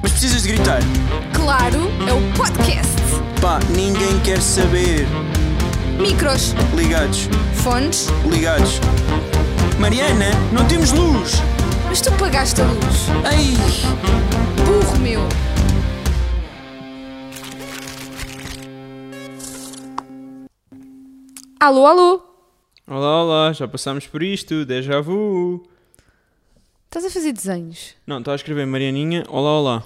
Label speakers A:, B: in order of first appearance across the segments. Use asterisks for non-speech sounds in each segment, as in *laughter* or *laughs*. A: precisas de gritar?
B: Claro, é o podcast.
A: Pá, ninguém quer saber.
B: Micros,
A: Ligados,
B: fones,
A: ligados. Mariana, não temos luz!
B: mas tu pagaste a luz.
A: Ai!
B: Burro meu. Alô, alô.
C: Olá, olá, já passámos por isto, déjà vu.
B: Estás a fazer desenhos?
C: Não, estava a escrever Marianinha, olá, olá.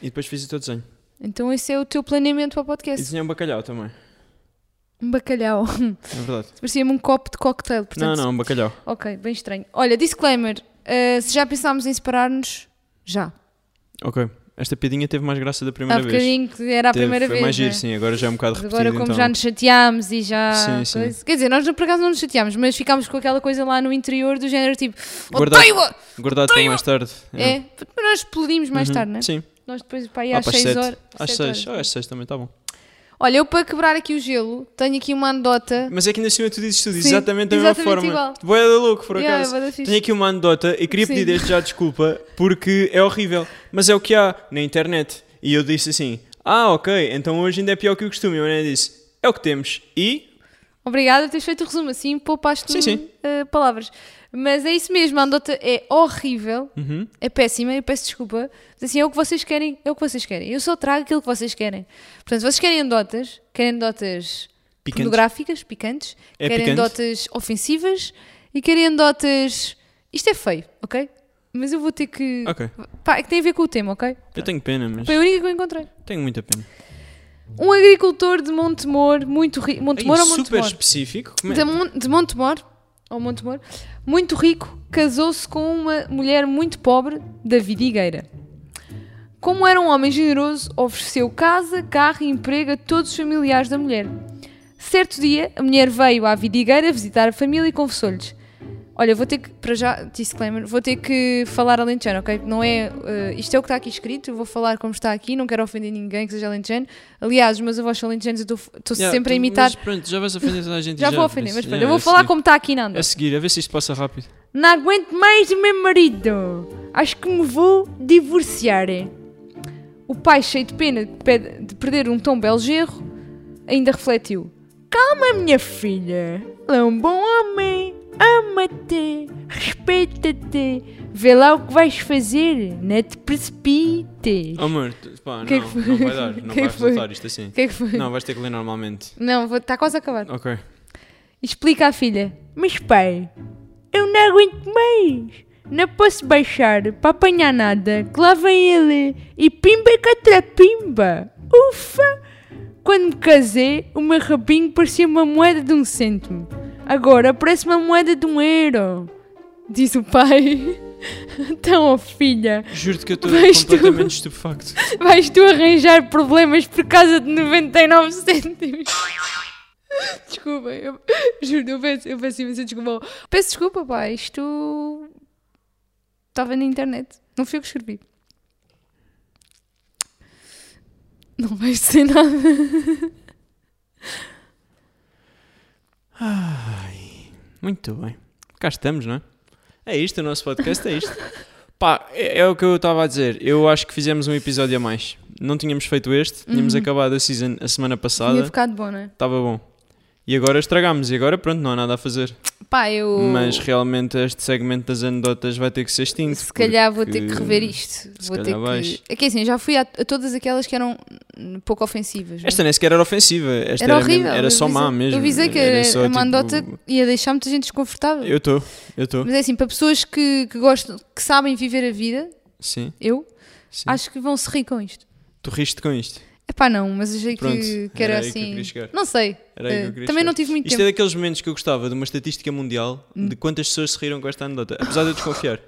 C: E depois fiz o teu desenho.
B: Então esse é o teu planeamento para o
C: E
B: podcast.
C: desenhei um bacalhau também,
B: Um bacalhau. *laughs*
C: é verdade.
B: Parecia-me um copo de cocktail,
C: Não,
B: portanto...
C: não, um bacalhau.
B: Ok, bem estranho. Olha, disclaimer. eh, se já pensámos em separar-nos, já.
C: Ok, esta piadinha teve mais graça da
B: Há
C: primeira vez.
B: Ah, bocadinho que era a
C: Teve,
B: primeira
C: foi
B: vez.
C: mais
B: não é?
C: giro, sim, agora já é um bocado repetido.
B: Agora, como
C: então.
B: já nos chateámos e já.
C: Sim, sim.
B: coisa- Quer dizer, nós por acaso não nos chateámos, mas ficámos com aquela coisa lá no interior do género tipo.
C: Guardar-
B: Odeio!
C: Guardado para mais tarde.
B: É, mas nós explodimos mais tarde, não é?
C: Uhum. Sim,
B: Nós depois pá, aí
C: lá
B: às
C: para as
B: 6
C: sete.
B: horas.
C: Às
B: sete
C: seis,
B: horas.
C: ah, às seis também está bom.
B: Olha, eu para quebrar aqui o gelo, tenho aqui uma anedota.
C: Mas é que ainda assim tu dizes tudo,
B: Sim,
C: exatamente da
B: exatamente
C: mesma forma.
B: igual.
C: Boa da louco, por
B: Yeah,
C: acaso.
B: bué da fixe.
C: Tenho aqui uma anedota e queria
B: Sim.
C: pedir desde já desculpa porque é horrível, mas é o que há na internet. E eu disse assim: Ah, ok, então hoje ainda é pior que o costume. E o Ana disse: É o que temos. E.
B: Obrigada, teres feito o resumo assim, poupaste-me
C: Sim, sim.
B: eh, palavras. Mas é isso mesmo, a anedota é horrível,
C: Uhum.
B: é péssima, eu peço desculpa. Mas assim, é o que vocês querem, é o que vocês querem. Eu só trago aquilo que vocês querem. Portanto, vocês querem anedotas, querem anedotas
C: Picantes.
B: pornográficas, picantes,
C: É
B: querem
C: picante.
B: anedotas ofensivas e querem anedotas... Isto é feio, ok? Mas eu vou ter que...
C: Ok.
B: Pá, é que tem a ver com o tema, ok?
C: Eu tenho pena, mas.
B: Foi a única que eu encontrei.
C: Tenho muita pena.
B: Um agricultor de Montemor, muito rico... Montemor ou
C: Ai, super
B: Montemor?
C: específico. Como é?
B: de, Mon de Montemor, ou Montemor, muito rico, casou-se com uma mulher muito pobre da Vidigueira. Como era um homem generoso, ofereceu casa, carro e emprego a todos os familiares da mulher. Certo dia, a mulher veio à Vidigueira visitar a família e confessou-lhes: Olha, vou ter que, para já, disclaimer, vou ter que falar alentejano, ok? Não é, eh, isto é o que está aqui escrito, eu vou falar como está aqui, não quero ofender ninguém que seja alentejano. Aliás, os meus avós são alentejanos, eu estou- estou
C: Yeah,
B: sempre a
C: tu-
B: imitar
C: Mas pronto, já vais ofender toda a gente.
B: já, vou
C: por
B: ofender,
C: isso.
B: mas pronto,
C: Yeah,
B: eu vou
C: a
B: falar
C: seguir.
B: como está aqui na Andor.
C: A seguir, a ver se isto passa rápido.
B: Não aguento mais o meu marido. Acho que me vou divorciar. O pai, cheio de pena de pe- de perder um tão belo gerro, ainda refletiu. Calma, minha filha. Ela é um bom homem. Ama-te. Respeita-te. Vê lá o que vais fazer. Não te precipites.
C: Oh, amor, tu- pá,
B: Que é
C: não,
B: que foi?
C: não vai dar,
B: Que é
C: não
B: que
C: vai
B: foi?
C: resultar isto assim.
B: O que é que foi?
C: Não, vais ter que ler normalmente.
B: Não, vou está quase a acabar.
C: Ok.
B: Explica à filha. Mas pai, eu não aguento mais. Não posso baixar para apanhar nada. Que lá vem ele. E pimba catrapimba. Ufa! Quando me casei, o meu rabinho parecia uma moeda de um cêntimo. Agora parece uma moeda de um euro. Diz o pai. *laughs* Então, ó filha,
C: Juro-te que eu estou
B: Vais tu.
C: completamente estupefacto.
B: vais tu arranjar problemas por causa de 99 cêntimos. Desculpa, eu juro, eu peço, eu peço imensa desculpa. Peço desculpa, pá, isto estava na internet. Não fui eu que escrevi. Não vais dizer nada.
C: Muito bem. Cá estamos, não é? É isto, o nosso podcast
B: *laughs*
C: é isto. Pá, é, é o que eu estava a dizer. Eu acho que fizemos um episódio a mais. Não tínhamos feito este, tínhamos acabado a season a semana
B: Uhum. Tinha
C: passada.
B: ficado bom, não é?
C: Estava bom. E agora estragámos, e agora pronto, não há nada a fazer.
B: Pá, eu
C: Mas realmente este segmento das anedotas vai ter que ser extinto.
B: se calhar vou ter
C: porque-
B: que rever isto.
C: se
B: Vou ter
C: calhar
B: que...
C: vais.
B: É que assim, já fui a, a todas aquelas que eram hum, pouco ofensivas. não é?
C: Esta nem sequer era ofensiva. Esta
B: era
C: era,
B: horrível.
C: mesmo- era
B: eu
C: só má
B: avisei-
C: mesmo.
B: Eu avisei que
C: Era só,
B: a mandota
C: tipo,
B: ia deixar muita gente desconfortável.
C: Eu estou, eu estou.
B: Mas é assim, para pessoas que, que gostam, que sabem viver a vida,
C: Sim,
B: eu,
C: sim.
B: acho que vão se rir com isto.
C: Tu riste com isto.
B: Epá, não, mas achei
C: Pronto,
B: que, que era,
C: era aí que eu
B: assim.
C: queria chegar.
B: não sei.
C: Era aí que eu
B: eh,
C: queria
B: também não
C: chegar.
B: tive muito
C: Isto é
B: tempo. Hum.
C: daqueles momentos que eu gostava de uma estatística mundial de quantas pessoas se riram com esta anedota. Apesar de eu desconfiar.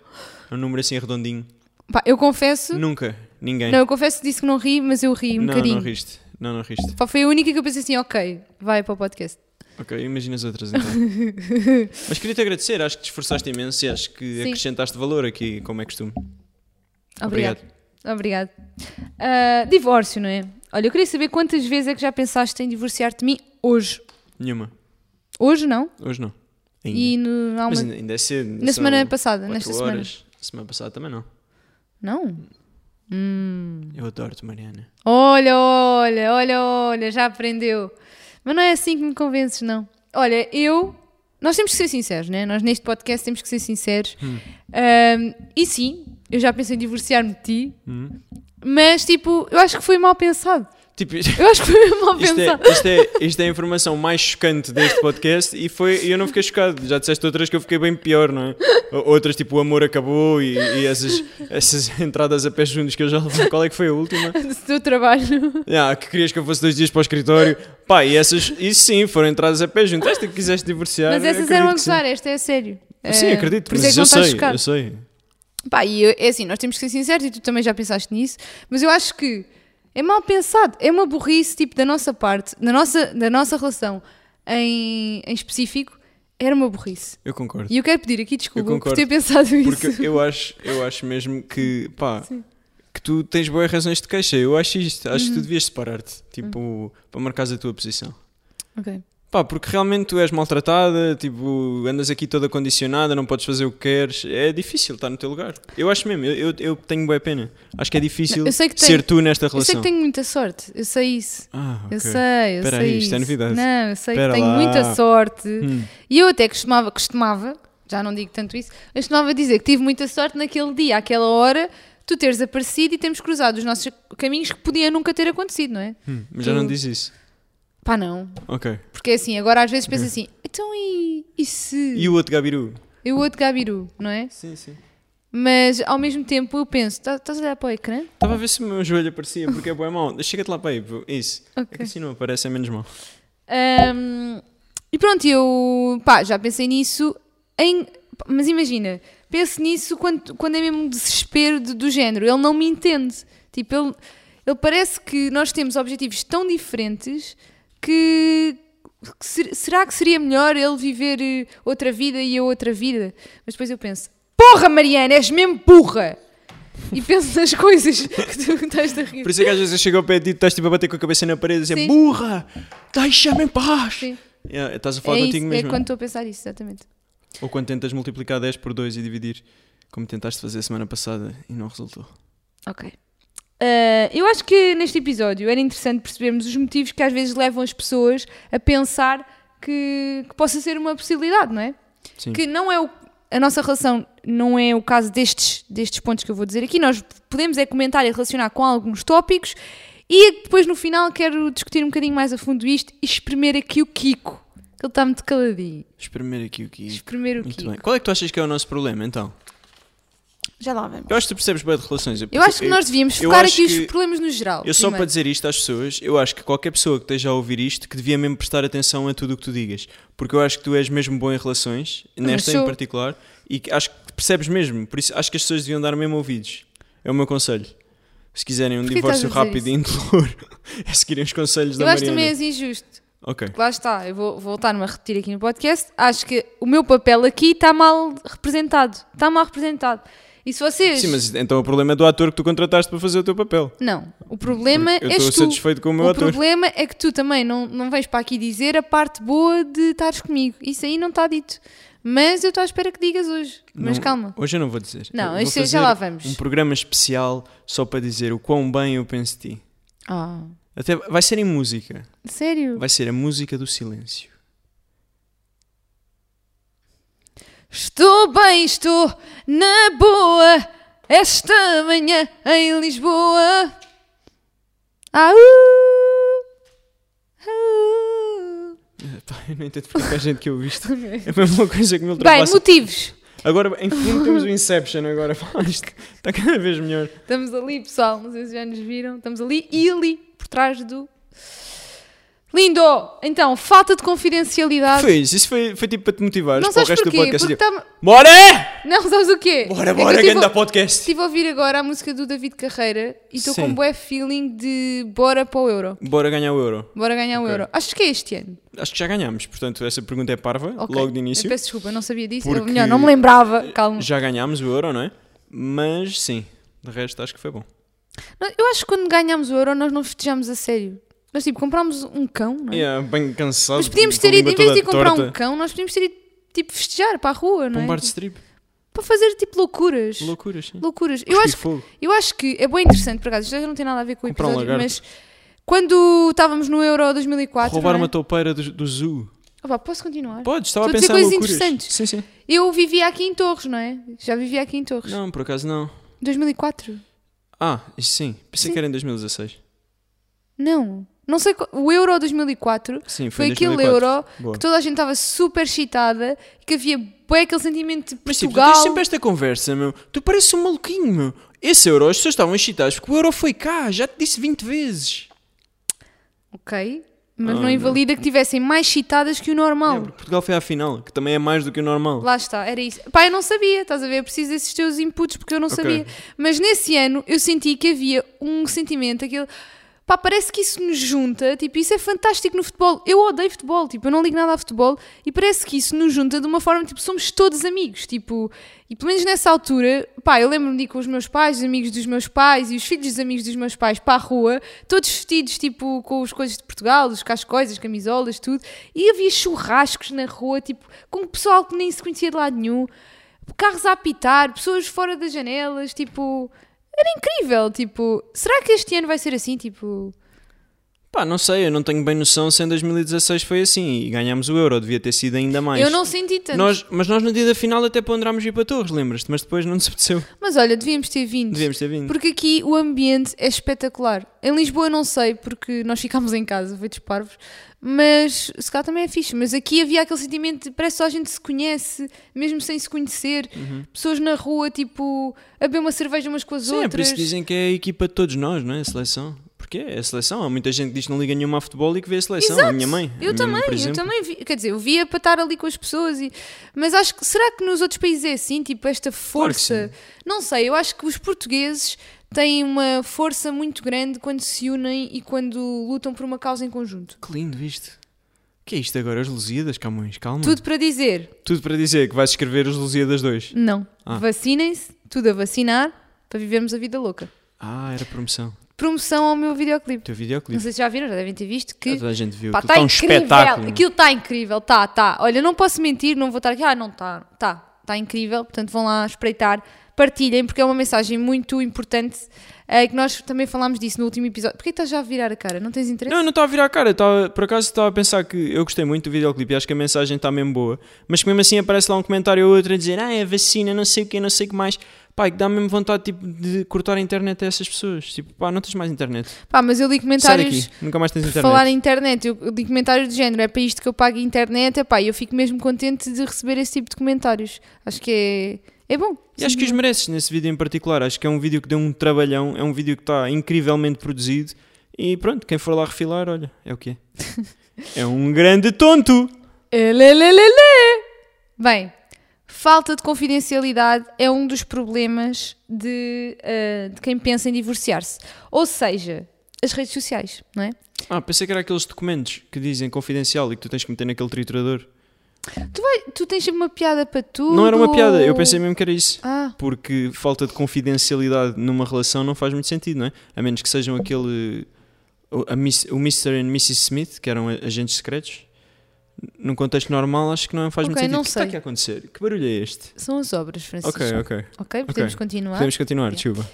C: É Um número assim redondinho.
B: Pá, eu confesso.
C: Nunca. Ninguém.
B: Não, eu confesso que disse que não ri, mas eu ri um
C: é. não,
B: bocadinho.
C: não riste. Não, não riste.
B: Pá, foi a única que eu pensei assim, ok, vai para o podcast.
C: Ok, imagina as
B: *laughs*
C: outras então. Mas queria-te agradecer. Acho que te esforçaste imenso e acho que
B: Sim.
C: acrescentaste valor aqui, como é costume.
B: Obrigado. Obrigado. Ah, divórcio, não é? Olha, eu queria saber quantas vezes é que já pensaste em divorciar-te de mim hoje.
C: Nenhuma.
B: Hoje não?
C: Hoje não. Ainda.
B: E no, há uma-
C: Mas ainda, ainda é cedo.
B: na
C: são
B: semana passada,
C: quatro
B: nesta semana.
C: horas. semana. passada também não.
B: Não? Hum.
C: Eu adoro-te, Mariana.
B: Olha, olha, olha, olha, já aprendeu. Mas não é assim que me convences, não. Olha, eu. Nós temos que ser sinceros, né? Nós neste podcast temos que ser sinceros.
C: Hum.
B: Ahm, e sim, eu já pensei em divorciar-me de ti,
C: Hum.
B: mas tipo, eu acho que foi mal pensado.
C: Tipo,
B: Eu acho que foi *laughs* mesmo mal
C: Isto
B: pensado.
C: é, isto, é, isto é a informação mais chocante deste podcast e foi, e eu não fiquei chocado. Já disseste outras que eu fiquei bem pior, não é? O- Outras tipo o amor acabou e, e essas, essas *laughs* entradas a pé juntos que eu já levei. Qual é que foi a última?
B: Do teu trabalho.
C: Ah, que querias que eu fosse dois dias para o escritório. Pá, e essas, isso sim, foram entradas a pé juntos. Esta que quiseste divorciar.
B: Mas
C: eu
B: essas eram a
C: acredito que
B: gozar, esta é a sério.
C: Sim, sim
B: Ah,
C: acredito.
B: Por isso é
C: mas
B: que não
C: eu
B: estás
C: sei,
B: chocado.
C: eu sei.
B: Pá, e eu- é assim, nós temos que ser sinceros e tu também já pensaste nisso, mas eu acho que é mal pensado, é uma burrice tipo da nossa parte, da nossa, da nossa relação em, em específico, era uma burrice.
C: Eu concordo.
B: E eu quero pedir aqui
C: Eu
B: desculpa por
C: concordo.
B: ter pensado isso.
C: Porque eu acho, eu acho mesmo que, pá, que tu tens boas razões de queixa. Eu acho isto. Acho que
B: Uhum.
C: tu devias separar-te, tipo, para marcares a tua posição.
B: Ok.
C: Pá, porque realmente tu és maltratada, tipo, andas aqui toda condicionada, não podes fazer o que queres. É difícil estar no teu lugar. Eu acho mesmo, eu, eu, eu tenho boa pena. Acho que é difícil
B: Não, eu sei que tenho-
C: ser tu nesta
B: Eu sei
C: relação.
B: que tenho muita sorte, eu sei isso.
C: Ah, ok.
B: Eu sei, eu
C: Espera
B: sei.
C: aí, isto é
B: isso.
C: novidade.
B: Não, eu sei
C: Espera
B: que tenho
C: lá.
B: muita sorte.
C: Hum.
B: E eu até costumava, costumava, já não digo tanto isso, mas costumava dizer que tive muita sorte naquele dia, àquela hora, tu teres aparecido e termos cruzado os nossos caminhos que podia nunca ter acontecido, não é?
C: Hum, mas já
B: Tu-
C: não diz isso.
B: Pá, não.
C: Ok.
B: Porque é assim, agora às vezes penso assim, então e, e se
C: Hum. E o outro Gabiru?
B: eu outro Gabiru, não é?
C: Sim, sim.
B: Mas ao mesmo tempo eu penso, "Tá- estás a olhar para o ecrã?
C: Estava a ver se o meu joelho aparecia, porque é bom é mau. Chega-te lá para aí, pô. isso. É que
B: Ok.
C: assim não aparece, é menos mal.
B: Ahm, e pronto, eu pá, já pensei nisso, em- mas imagina, penso nisso quando, quando é mesmo um desespero de- do género, ele não me entende. Tipo, ele, ele parece que nós temos objetivos tão diferentes que, que ser- será que seria melhor ele viver eh, outra vida e eu outra vida? Mas depois eu penso, porra Mariana, és mesmo burra! E penso nas *laughs* coisas que tu estás a rir.
C: Por isso é que às vezes eu chego ao pé de ti e tu estás tipo a bater com a cabeça na parede e dizer
B: Sim.
C: burra, deixa-me em paz.
B: Sim.
C: Yeah, estás a falar
B: É,
C: contigo
B: isso, é
C: mesmo.
B: quando estou a pensar isso, exatamente.
C: Ou quando tentas multiplicar 10 por 2 e dividir, como tentaste fazer semana passada e não resultou.
B: Ok. Ah, eu acho que neste episódio era interessante percebermos os motivos que às vezes levam as pessoas a pensar que, que possa ser uma possibilidade, não é?
C: Sim.
B: Que não é o, a nossa relação não é o caso destes, destes pontos que eu vou dizer aqui. Nós podemos é comentar e relacionar com alguns tópicos e depois no final quero discutir um bocadinho mais a fundo isto e espremer aqui o Kiko, que ele está muito caladinho.
C: Espremer aqui o que
B: Espremer o
C: Muito
B: Kiko.
C: bem. Qual é que tu achas que é o nosso problema então?
B: Já lá vemos.
C: Eu acho que tu percebes bem de relações.
B: Eu acho que nós devíamos focar
C: acho
B: aqui os
C: que-
B: problemas no geral.
C: Eu só
B: primeiro.
C: para dizer isto às pessoas, eu acho que qualquer pessoa que esteja a ouvir isto que devia mesmo prestar atenção a tudo o que tu digas, porque eu acho que tu és mesmo bom em relações, nesta em
B: sou.
C: particular, e que acho que percebes mesmo, por isso acho que as pessoas deviam dar mesmo ouvidos. É o meu conselho. Se quiserem um
B: Porquê
C: divórcio
B: estás a dizer
C: rápido e indolor, *laughs* é seguirem os conselhos
B: Eu
C: da
B: acho que
C: Mariana.
B: também é és injusto.
C: Ok.
B: Lá está, eu vou voltar-me a repetir aqui no podcast. Acho que o meu papel aqui está mal representado. Está mal representado. E se vocês.
C: Sim, mas então o problema é do ator que tu contrataste para fazer o teu papel.
B: Não, o problema
C: Eu
B: és
C: estou
B: tu.
C: satisfeito com o meu ator.
B: problema é que tu também não, não vens para aqui dizer a parte boa de estares comigo. Isso aí não está dito. Mas eu estou à espera que digas hoje. Mas
C: Não,
B: calma.
C: Hoje eu não vou dizer.
B: Não,
C: eu vou
B: isso já
C: fazer
B: lá vamos.
C: Um programa especial só para dizer o quão bem eu penso de ti.
B: Ah,
C: Até vai ser em música.
B: sério?
C: Vai ser a música do silêncio.
B: Estou bem, estou na boa. Esta manhã em Lisboa. Ah,
C: Eh, *laughs* pá, eu não entendo porque é a gente que eu isto. *laughs* É a mesma coisa que me
B: Bem,
C: ultrapassa.
B: motivos.
C: Agora, em fundo, temos o Inception agora. pá, *laughs* isto está cada vez melhor.
B: Estamos ali, pessoal. Não sei se já nos viram. Estamos ali e ali, por trás do. Lindo! Então, falta de confidencialidade.
C: Foi isso. Isso foi, foi tipo para te motivar
B: Ah. Não
C: para o
B: sabes
C: resto do
B: porquê?
C: podcast.
B: Porque
C: tipo,
B: tam...
C: Bora!
B: Não, sabes o quê? É
C: Bora,
B: que eu
C: bora,
B: tive-
C: ganda podcast.
B: Estive a ouvir agora a música do David Carreira e estou com
C: Sim.
B: um bué feeling de bora para o euro.
C: Bora ganhar o euro.
B: Bora ganhar o
C: Ok.
B: euro. Acho que é este ano.
C: Acho que já ganhámos. Portanto, essa pergunta é parva,
B: Ok.
C: logo de
B: Eu
C: início.
B: peço desculpa, eu não sabia disso.
C: Porque- eh,
B: Ou melhor, não me lembrava. Calma.
C: Já ganhámos o euro, não é? Mas sim, de resto acho que foi bom.
B: Não, Eu acho que quando ganhámos o euro, nós não festejamos a sério. Nós, tipo, comprámos um cão, não é?
C: É, bem cansado.
B: um Mas podíamos ter ido, em vez de ir comprar um cão, nós podíamos ter ido, tipo, festejar para a rua, não
C: Para
B: é?
C: um bar de strip.
B: para fazer tipo loucuras.
C: Loucuras, sim.
B: Loucuras. Eu
C: Cuspir
B: acho,
C: fogo.
B: eu acho que é bem interessante, por acaso, isto já não tem nada a ver com o
C: Comprar um
B: episódio,
C: lagarto.
B: mas quando estávamos no Euro 2004,
C: Roubar
B: não é?
C: uma toupeira do, do zoo.
B: Opa, posso continuar?
C: Podes, estava a
B: Estou a dizer
C: pensar em
B: coisas
C: loucuras.
B: assim interessantes.
C: Sim, sim.
B: Eu vivia aqui em Torres, não é? Já vivia aqui em Torres.
C: Não, por acaso não.
B: 2004?
C: Ah, isso sim. Pensei
B: Sim.
C: que era em 2016.
B: Não. Não sei, qual- o Euro 2004
C: Sim, foi,
B: foi
C: em
B: aquele
C: 2004.
B: Euro
C: Boa.
B: que toda a gente estava super excitada e que havia bem aquele sentimento de
C: Mas tipo, tu
B: Portugal.
C: tens sempre esta conversa, meu. Tu pareces um maluquinho, meu. Esse euro, as pessoas estavam excitadas porque o euro foi cá, já te disse 20 vezes.
B: Ok, mas
C: Ah,
B: não
C: não.
B: invalida que tivessem mais citadas que o normal.
C: Lembro, Portugal foi à final, que também é mais do que o normal.
B: Lá está, era isso. Pá, eu não sabia, estás a ver? Eu preciso desses teus inputs porque eu não
C: Ok.
B: sabia. Mas nesse ano eu senti que havia um sentimento, aquele. Pá, parece que isso nos junta, tipo, isso é fantástico no futebol. Eu odeio futebol, tipo, eu não ligo nada a futebol e parece que isso nos junta de uma forma, tipo, somos todos amigos, tipo, e pelo menos nessa altura, pá, eu lembro-me de ir com os meus pais, os amigos dos meus pais e os filhos dos amigos dos meus pais para a rua, todos vestidos, tipo, com as coisas de Portugal, os cascóis, as camisolas, tudo, e havia churrascos na rua, tipo, com o pessoal que nem se conhecia de lado nenhum, carros a apitar, pessoas fora das janelas, tipo, era incrível, tipo, será que este ano vai ser assim, tipo...
C: Pá, não sei, eu não tenho bem noção se em 2016 foi assim e ganhámos o euro, devia ter sido ainda mais.
B: Eu não senti tanto.
C: Nós- mas nós no dia da final até ponderámos ir para Torres, lembras-te? Mas depois não nos apeteceu. *laughs*
B: Mas olha, devíamos ter vindo.
C: Devíamos ter vindo.
B: Porque aqui o ambiente é espetacular. Em Lisboa eu não sei, porque nós ficámos em casa, foi parvos. Mas se calhar também é fixe. Mas aqui havia aquele sentimento de parece que só a gente se conhece, mesmo sem se conhecer. Pessoas na rua, tipo, a beber uma cerveja umas com as
C: Uhum. Sim, é por
B: outras.
C: isso que dizem que é a equipa de todos nós, não é? A seleção. Porque é a seleção. Há muita gente que diz que não liga nenhuma a futebol e que vê a seleção. A minha mãe. a minha
B: Eu
C: mãe,
B: também,
C: por
B: eu
C: exemplo.
B: também vi, quer dizer, eu via para estar ali com as pessoas e, mas acho que será que nos outros países é assim, tipo esta força? não sei, eu acho que os portugueses têm uma força muito grande quando se unem e quando lutam por uma causa em conjunto.
C: Que lindo isto. O que é isto agora? As Lusíadas, Camões, calma.
B: Tudo para dizer,
C: Tudo para dizer que vais escrever os Lusíadas 2.
B: não.
C: Ah.
B: Vacinem-se, tudo a vacinar para vivermos a vida louca.
C: Ah, era promoção.
B: Promoção ao meu
C: O
B: videoclipe.
C: teu
B: Não
C: videoclipe.
B: sei se já viram, já devem ter visto que
C: Toda a gente viu.
B: Pá,
C: Aquilo
B: está
C: tá um espetáculo.
B: incrível. Aquilo está incrível, tá, tá. Olha, não posso mentir, não vou estar aqui. Ah, não está, tá, está incrível. Portanto, vão lá espreitar, partilhem, porque é uma mensagem muito importante eh, que nós também falámos disso no último episódio. Porquê que estás já a virar a cara? Não tens interesse?
C: Não, não estava a virar a cara. Estava, por acaso estava a pensar que eu gostei muito do videoclipe e acho que a mensagem está mesmo boa. Mas que mesmo assim aparece lá um comentário ou outro a dizer ah, é vacina, não sei o que, não sei o que mais. Pá, é que dá mesmo vontade tipo, de cortar a internet a essas pessoas. Tipo, pá, não tens mais internet.
B: Pá, mas eu li
C: Sai
B: comentários.
C: daqui, nunca mais tens
B: Por
C: internet.
B: falar em internet, eu, eu li comentários do género, é para isto que eu pago a internet, é pá, eu fico mesmo contente de receber esse tipo de comentários. Acho que é, é bom.
C: E acho que os mereces nesse vídeo em particular. Acho que é um vídeo que deu um trabalhão, é um vídeo que está incrivelmente produzido. E pronto, quem for lá refilar, olha, é
B: *laughs*
C: o quê? é um grande tonto!
B: Elelelele. Bem, falta de confidencialidade é um dos problemas de, ah, de quem pensa em divorciar-se. Ou seja, as redes sociais, não é?
C: Ah, pensei que era aqueles documentos que dizem confidencial e que tu tens que meter naquele triturador.
B: Tu tens sempre uma piada para tudo.
C: Não era uma piada, eu pensei mesmo que era isso.
B: Ah,
C: Porque falta de confidencialidade numa relação não faz muito sentido, não é? A menos que sejam aquele. o- a Miss- o Mr. e Mrs. Smith, que eram a- agentes secretos. Num contexto normal, acho que não faz muito
B: Ok,
C: sentido.
B: não
C: o que está
B: sei. é
C: aqui a acontecer? Que barulho é este?
B: são as obras, Francisco.
C: Ok, ok.
B: Ok, podemos
C: Ok.
B: continuar.
C: Podemos continuar, desculpa.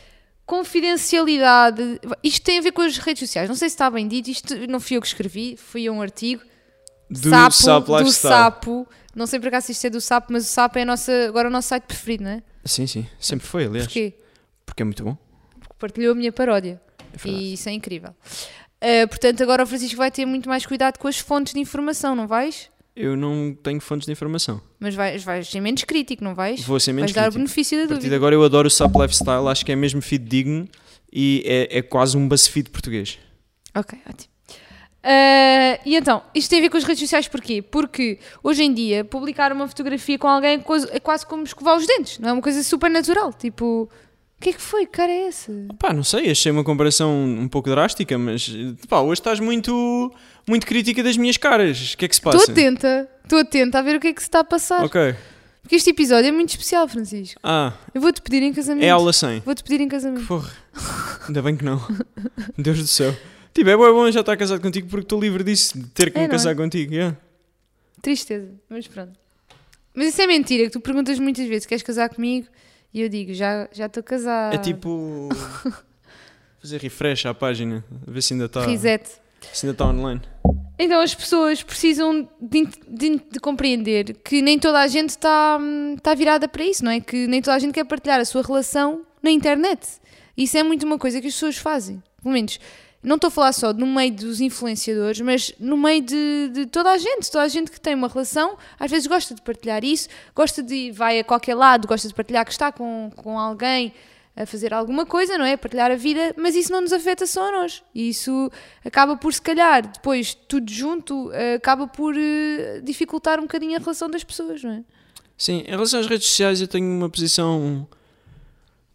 B: Confidencialidade. Isto tem a ver com as redes sociais. Não sei se está bem dito, isto não fui eu que escrevi, fui a um artigo.
C: Do
B: sapo,
C: Sapo
B: do
C: Lifestyle.
B: sapo. Não sei por acaso isto é do sapo, mas o sapo é a nossa, agora o nosso site preferido, não é?
C: Sim, sim. Sempre foi, aliás.
B: Porquê?
C: Porque é muito bom.
B: partilhou a minha paródia.
C: É verdade.
B: e isso é incrível. Ah, portanto, agora o Francisco vai ter muito mais cuidado com as fontes de informação, não vais?
C: Eu não tenho fontes de informação.
B: Mas vais, vais ser menos crítico, não vais?
C: Vou ser menos
B: vais dar o
C: crítico.
B: benefício da
C: A partir de
B: dúvida.
C: agora eu adoro o Sap Lifestyle, acho que é mesmo digno e é, é quase um BuzzFeed português.
B: Ok, ótimo. Ah, e então, isto tem a ver com as redes sociais porquê? Porque hoje em dia publicar uma fotografia com alguém é coisa- é quase como escovar os dentes, não é uma coisa super natural. Tipo, o que é que foi? Que cara é essa?
C: Pá, não sei, achei uma comparação um pouco drástica, mas pá, hoje estás muito, muito crítica das minhas caras. O que é que se passa?
B: Estou atenta, estou atenta a ver o que é que se está a passar.
C: Ok.
B: Porque este episódio é muito especial, Francisco.
C: Ah,
B: Eu vou-te pedir em casamento.
C: é aula 100.
B: Vou-te pedir em casamento.
C: Porra, ainda bem que não. Deus do céu. Tipo, é bom, é bom eu já estar casado contigo porque estou livre disso, de ter que
B: É,
C: me
B: não
C: casar
B: é?
C: contigo. yeah.
B: Tristeza, mas pronto. Mas isso é mentira, que tu perguntas muitas vezes: queres casar comigo? E eu digo: já já estou casada. *laughs*
C: É tipo. fazer refresh à página, ver se ainda está
B: Reset.
C: se ainda tá online.
B: Então as pessoas precisam de, ent- de ent- de compreender que nem toda a gente está hum, está virada para isso, não é? Que nem toda a gente quer partilhar a sua relação na internet. Isso é muito uma coisa que as pessoas fazem. Pelo menos, não estou a falar só no meio dos influenciadores, mas no meio de, de toda a gente. Toda a gente que tem uma relação, às vezes gosta de partilhar isso, gosta de vai a qualquer lado, gosta de partilhar que está com, com alguém a fazer alguma coisa, não é? A partilhar a vida, mas isso não nos afeta só a nós. E isso acaba por, se calhar, depois, tudo junto, eh, acaba por eh, dificultar um bocadinho a relação das pessoas, não é?
C: Sim, em relação às redes sociais eu tenho uma posição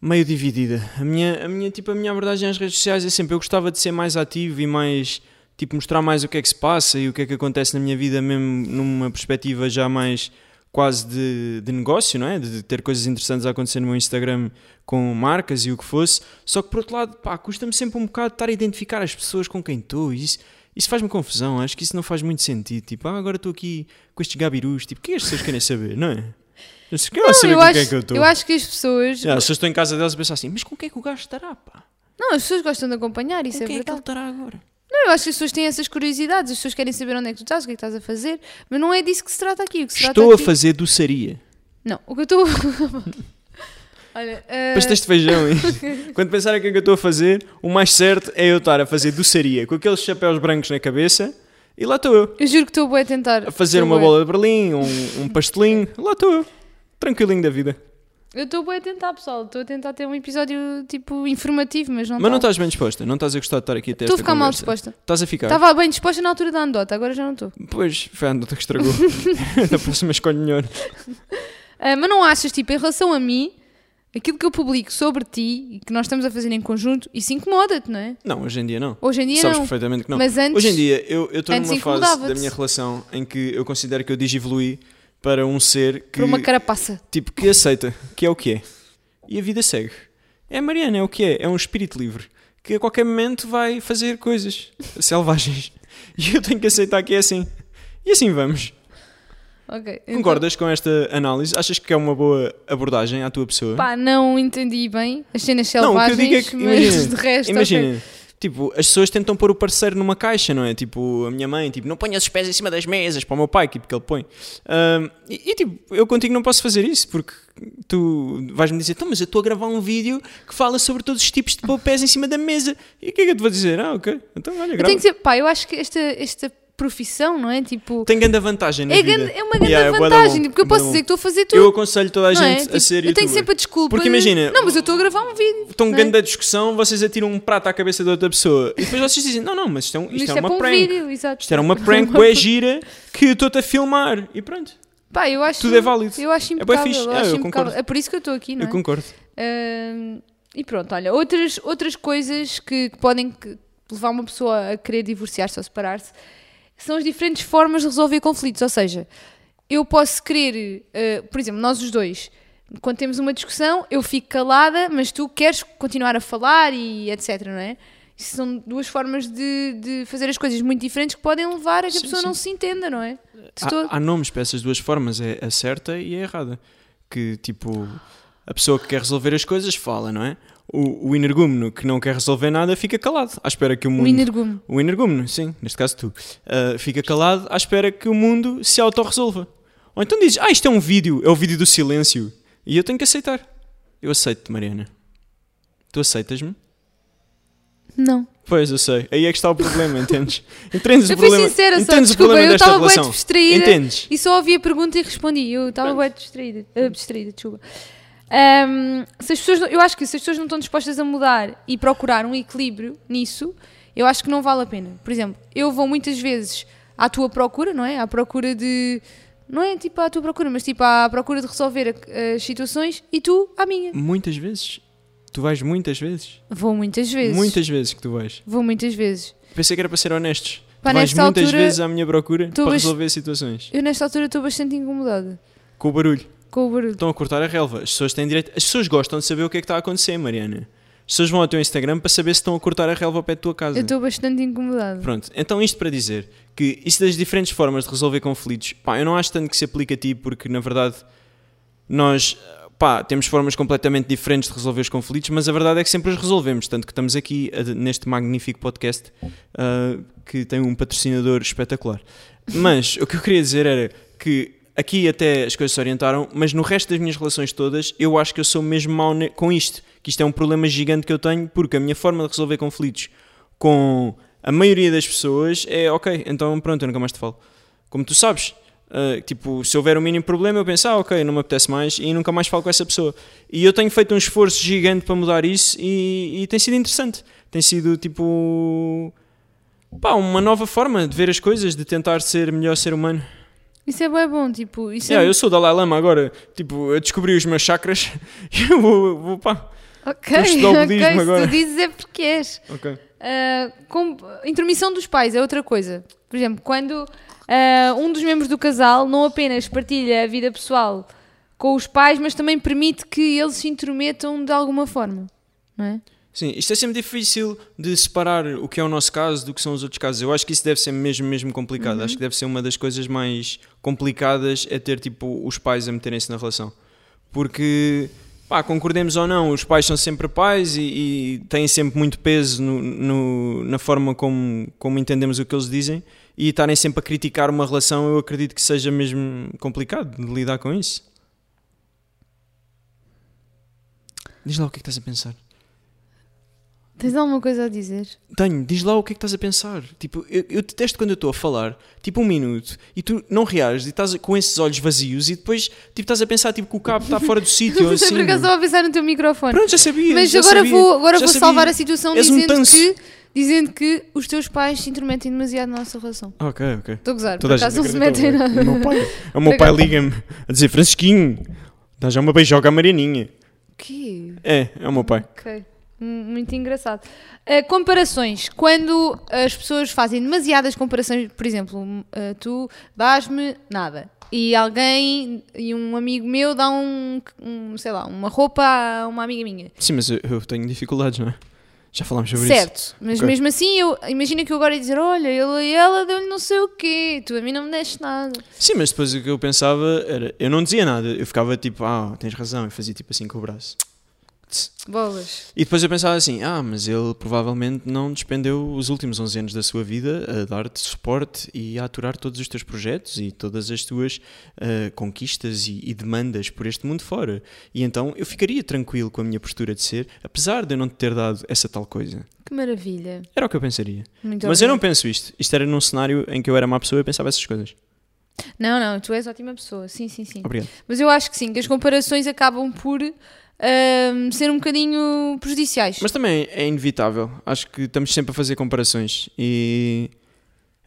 C: meio dividida. A minha, a minha, tipo, a minha abordagem às redes sociais é sempre eu gostava de ser mais ativo e mais tipo mostrar mais o que é que se passa e o que é que acontece na minha vida mesmo numa perspectiva já mais quase de, de negócio, não é? De ter coisas interessantes a acontecer no meu Instagram com marcas e o que fosse. Só que por outro lado, pá, custa-me sempre um bocado estar a identificar as pessoas com quem estou e isso, isso faz-me confusão. Acho que isso não faz muito sentido. Tipo, ah, agora estou aqui com estes gabirus. Tipo, o que é que as pessoas querem saber, não é? Eu sei, querem lá saber
B: eu,
C: com
B: acho,
C: quem é que eu estou.
B: eu acho que as pessoas.
C: Já, se eu estou em casa delas, eu penso assim, mas com quem é que o gajo estará, pá?
B: Não, as pessoas gostam de acompanhar, isso
C: Com
B: é
C: quem é que ele
B: verdade.
C: estará agora?
B: Não, eu acho que as pessoas têm essas curiosidades, as pessoas querem saber onde é que tu estás, o que é que estás a fazer, mas não é disso que se trata aqui. O que se
C: Estou
B: trata
C: a
B: aqui...
C: fazer doçaria.
B: Não, o que eu estou. *laughs* Olha, eh,
C: Pastéis de
B: *laughs*
C: feijão, hein? Quando pensarem o que é que eu estou a fazer, o mais certo é eu estar a fazer doçaria, com aqueles chapéus brancos na cabeça, e lá estou eu.
B: eu juro que estou boa a tentar.
C: A fazer
B: estou
C: uma
B: bué.
C: bola de berlim, um, um pastelinho, lá estou eu. Tranquilinho da vida.
B: Eu estou boa a tentar, pessoal. Estou a tentar ter um episódio tipo informativo, mas não
C: Mas não
B: tá.
C: estás bem disposta, não estás a gostar de estar aqui até
B: Estou a
C: esta
B: ficar mal
C: conversa.
B: disposta.
C: Estás a ficar.
B: Estava bem disposta na altura da anedota, agora já não estou.
C: Pois, foi a nota
B: *laughs*
C: que estragou. *laughs* da próxima escolho melhor.
B: Ah, mas não achas, tipo, em relação a mim, aquilo que eu publico sobre ti e que nós estamos a fazer em conjunto, isso incomoda-te, não é?
C: Não, hoje em dia não.
B: Hoje em dia
C: Sabes
B: não.
C: perfeitamente que não.
B: Mas antes-
C: Hoje em dia eu eu estou
B: antes
C: numa fase da
B: incomodava-te.
C: minha relação em que eu considero que eu digievolui para um ser que
B: Por uma carapaça.
C: tipo que aceita que é o que é e a vida segue. É a Mariana, é o que é, é um espírito livre que a qualquer momento vai fazer coisas selvagens *laughs* e eu tenho que aceitar que é assim. E assim vamos.
B: Ok. então.
C: Concordas com esta análise? Achas que é uma boa abordagem à tua pessoa?
B: Pá, não entendi bem as cenas
C: Não, o que eu
B: selvagens,
C: digo é
B: *laughs*
C: que
B: mas de
C: imagina,
B: resto,
C: imagina,
B: ok.
C: tipo, as pessoas tentam pôr o parceiro numa caixa, não é? Tipo, a minha mãe, tipo, não ponhas os pés em cima das mesas para o meu pai, tipo, que ele põe. Ahm, e, e, tipo, eu contigo não posso fazer isso, porque tu vais-me dizer, então, mas eu estou a gravar um vídeo que fala sobre todos os tipos de pôr pés em cima da mesa. E o que é que eu te vou dizer? Ah, ok, então olha,
B: Eu
C: grava.
B: tenho que dizer, pá, eu acho que esta, esta profissão, não é? Tipo,
C: Tem grande vantagem na
B: é,
C: vida.
B: grande- é uma grande
C: Yeah, é bué da
B: vantagem,
C: bom,
B: porque eu
C: bué
B: posso
C: da bom.
B: dizer que estou a fazer tudo.
C: Eu aconselho toda a
B: não é?
C: gente
B: Tipo,
C: a ser
B: eu tenho
C: youtuber.
B: sempre a desculpa.
C: Porque
B: de-
C: imagina,
B: Não, mas eu estou a gravar um vídeo.
C: estão
B: não é?
C: grande da discussão, vocês atiram um prato à cabeça da outra pessoa. E depois vocês dizem, não, não, mas isto é, um-
B: Mas
C: isto é
B: Isto é
C: uma
B: para um
C: prank.
B: vídeo, exato.
C: Isto era
B: *laughs*
C: uma prank bué gira que eu estou-te a filmar. E pronto,
B: Pá, eu acho,
C: Tudo é válido.
B: Eu acho
C: É bué
B: impecável.
C: fixe.
B: eu
C: Ah,
B: acho
C: eu
B: impecável.
C: concordo.
B: É por isso que eu estou aqui, não
C: eu
B: é?
C: concordo.
B: Ahm, e pronto, olha, outras, outras coisas que, que podem que- levar uma pessoa a querer divorciar-se ou separar-se são as diferentes formas de resolver conflitos. Ou seja, eu posso querer, eh, por exemplo, nós os dois, quando temos uma discussão, eu fico calada, mas tu queres continuar a falar e etc, não é? Isso são duas formas de, de fazer as coisas muito diferentes que podem levar a que a
C: Sim,
B: pessoa
C: sim. Eh,
B: não se entenda, não é? De todo.
C: Há, há nomes para essas duas formas, é a certa e a errada. Que tipo, a pessoa que quer resolver as coisas fala, não é? O, o energúmeno que não quer resolver nada fica calado, à espera que o mundo.
B: O um energume.
C: O energúmeno, sim, neste caso tu, ah, fica calado à espera que o mundo se autorresolva. Ou então dizes, ah, isto é um vídeo, é o vídeo do silêncio. E eu tenho que aceitar. Eu aceito-te, Mariana. Tu aceitas-me?
B: Não.
C: Pois, eu sei. Aí é que está o problema, entendes? Entendes
B: Eu
C: o
B: fui
C: problema,
B: sincera, só
C: entendes o
B: desculpa,
C: problema
B: eu
C: desta
B: estava bem
C: relação.
B: distraída
C: Entendes?
B: e só ouvi a pergunta e respondi. Eu estava bem distraída, ah, distraída, desculpa. Ahm, se as pessoas, não- eu acho que se as pessoas não estão dispostas a mudar e procurar um equilíbrio nisso, eu acho que não vale a pena. Por exemplo, eu vou muitas vezes à tua procura, não é? À procura de. Não é tipo à tua procura, mas tipo à procura de resolver a- as situações e tu à minha.
C: Muitas vezes. Tu vais muitas vezes.
B: Vou muitas vezes.
C: Muitas vezes que tu vais.
B: Vou muitas vezes.
C: Pensei que era para ser honestos.
B: Pá,
C: tu vais
B: nesta
C: muitas
B: altura,
C: vezes à minha procura para
B: vas-
C: resolver situações.
B: Eu nesta altura estou bastante incomodada
C: Com o barulho.
B: com o barulho.
C: Estão a cortar a relva. As pessoas têm direito. As pessoas gostam de saber o que é que está a acontecer, Mariana. As pessoas vão ao teu Instagram para saber se estão a cortar a relva ao pé da tua casa.
B: Eu estou bastante incomodado.
C: Pronto, então isto para dizer que isso das diferentes formas de resolver conflitos, pá, eu não acho tanto que se aplique a ti, porque na verdade nós, pá, temos formas completamente diferentes de resolver os conflitos, mas a verdade é que sempre os resolvemos, tanto que estamos aqui a- neste magnífico podcast ah, que tem um patrocinador espetacular. Mas o que eu queria dizer era que aqui até as coisas se orientaram, mas no resto das minhas relações todas, eu acho que eu sou mesmo mau ne- com isto, que isto é um problema gigante que eu tenho, porque a minha forma de resolver conflitos com a maioria das pessoas é ok, então pronto, eu nunca mais te falo. Como tu sabes, ah, tipo, se houver um mínimo problema, eu penso, ah, ok, não me apetece mais e nunca mais falo com essa pessoa. E eu tenho feito um esforço gigante para mudar isso e, e tem sido interessante. Tem sido tipo. Pá, uma nova forma de ver as coisas, de tentar ser melhor ser humano.
B: Isso é bem bom, tipo, isso
C: Yeah,
B: é.
C: eu sou Dalai Lama agora, tipo, eu descobri os meus chakras *laughs* e eu vou, vou pá.
B: Ok,
C: Estou a estudar o
B: *laughs* ok,
C: budismo
B: se
C: agora.
B: tu dizes é porque és.
C: Ok.
B: Ah, com- intermissão dos pais é outra coisa. Por exemplo, quando ah, um dos membros do casal não apenas partilha a vida pessoal com os pais, mas também permite que eles se intrometam de alguma forma. Não é?
C: Sim, isto é sempre difícil de separar o que é o nosso caso do que são os outros casos. Eu acho que isso deve ser mesmo, mesmo complicado. Acho que deve ser uma das coisas mais complicadas é ter, tipo, os pais a meterem-se na relação. Porque, pá, concordemos ou não, os pais são sempre pais e, e têm sempre muito peso no- no- na forma como, como entendemos o que eles dizem. E estarem sempre a criticar uma relação, eu acredito que seja mesmo complicado de lidar com isso. Diz lá o que é que estás a pensar.
B: Tens alguma coisa a dizer?
C: Tenho, diz lá o que é que estás a pensar. Tipo, eu, eu detesto quando eu estou a falar, tipo um minuto, e tu não reages e estás com esses olhos vazios e depois tipo, estás a pensar tipo, que o cabo
B: *laughs*
C: está fora do sítio.
B: Mas
C: assim.
B: por acaso estava a pensar no teu microfone.
C: Pronto, já sabia.
B: Mas
C: já
B: agora
C: sabia,
B: vou, agora
C: já
B: vou
C: sabia.
B: salvar a situação
C: És um
B: dizendo,
C: tanso.
B: que, dizendo que os teus pais se intrometem demasiado na nossa relação.
C: Ok, ok.
B: Estou a gozar, por
C: Toda a gente
B: acaso não se metem
C: acredita, é?
B: nada.
C: O meu pai, o meu pai liga-me a dizer: Francisquinho, dá já uma beijoca à Marianinha.
B: O quê?
C: É, é o meu pai.
B: Ok. Hum, Muito engraçado. Ah, comparações. Quando as pessoas fazem demasiadas comparações, por exemplo, hum, ah, tu dás-me nada. E alguém, e um amigo meu dá um, um, sei lá, uma roupa a uma amiga minha.
C: Sim, mas eu, eu tenho dificuldades, não é? Já falámos sobre isso.
B: certo, mas
C: Ok.
B: mesmo assim, eu imagina que eu agora ia dizer: Olha, ele e ela deu-lhe não sei o quê, tu a mim não me deste nada.
C: Sim, mas depois o que eu pensava era, eu não dizia nada, eu ficava tipo, ah, tens razão, eu fazia tipo assim com o braço.
B: Bolas.
C: E depois eu pensava assim, ah, mas ele provavelmente não despendeu os últimos 11 anos da sua vida a dar-te suporte e a aturar todos os teus projetos e todas as tuas ah, conquistas e, e demandas por este mundo fora. E então eu ficaria tranquilo com a minha postura de ser, apesar de eu não te ter dado essa tal coisa.
B: Que maravilha.
C: Era o que eu pensaria.
B: Muito
C: mas eu não
B: obrigada.
C: penso isto. Isto era num cenário em que eu era má pessoa e eu pensava essas coisas.
B: Não, não, tu és ótima pessoa. Sim, sim, sim.
C: Obrigado.
B: Mas eu acho que sim, que as comparações acabam por ahm, ser um bocadinho prejudiciais.
C: Mas também é inevitável. Acho que estamos sempre a fazer comparações e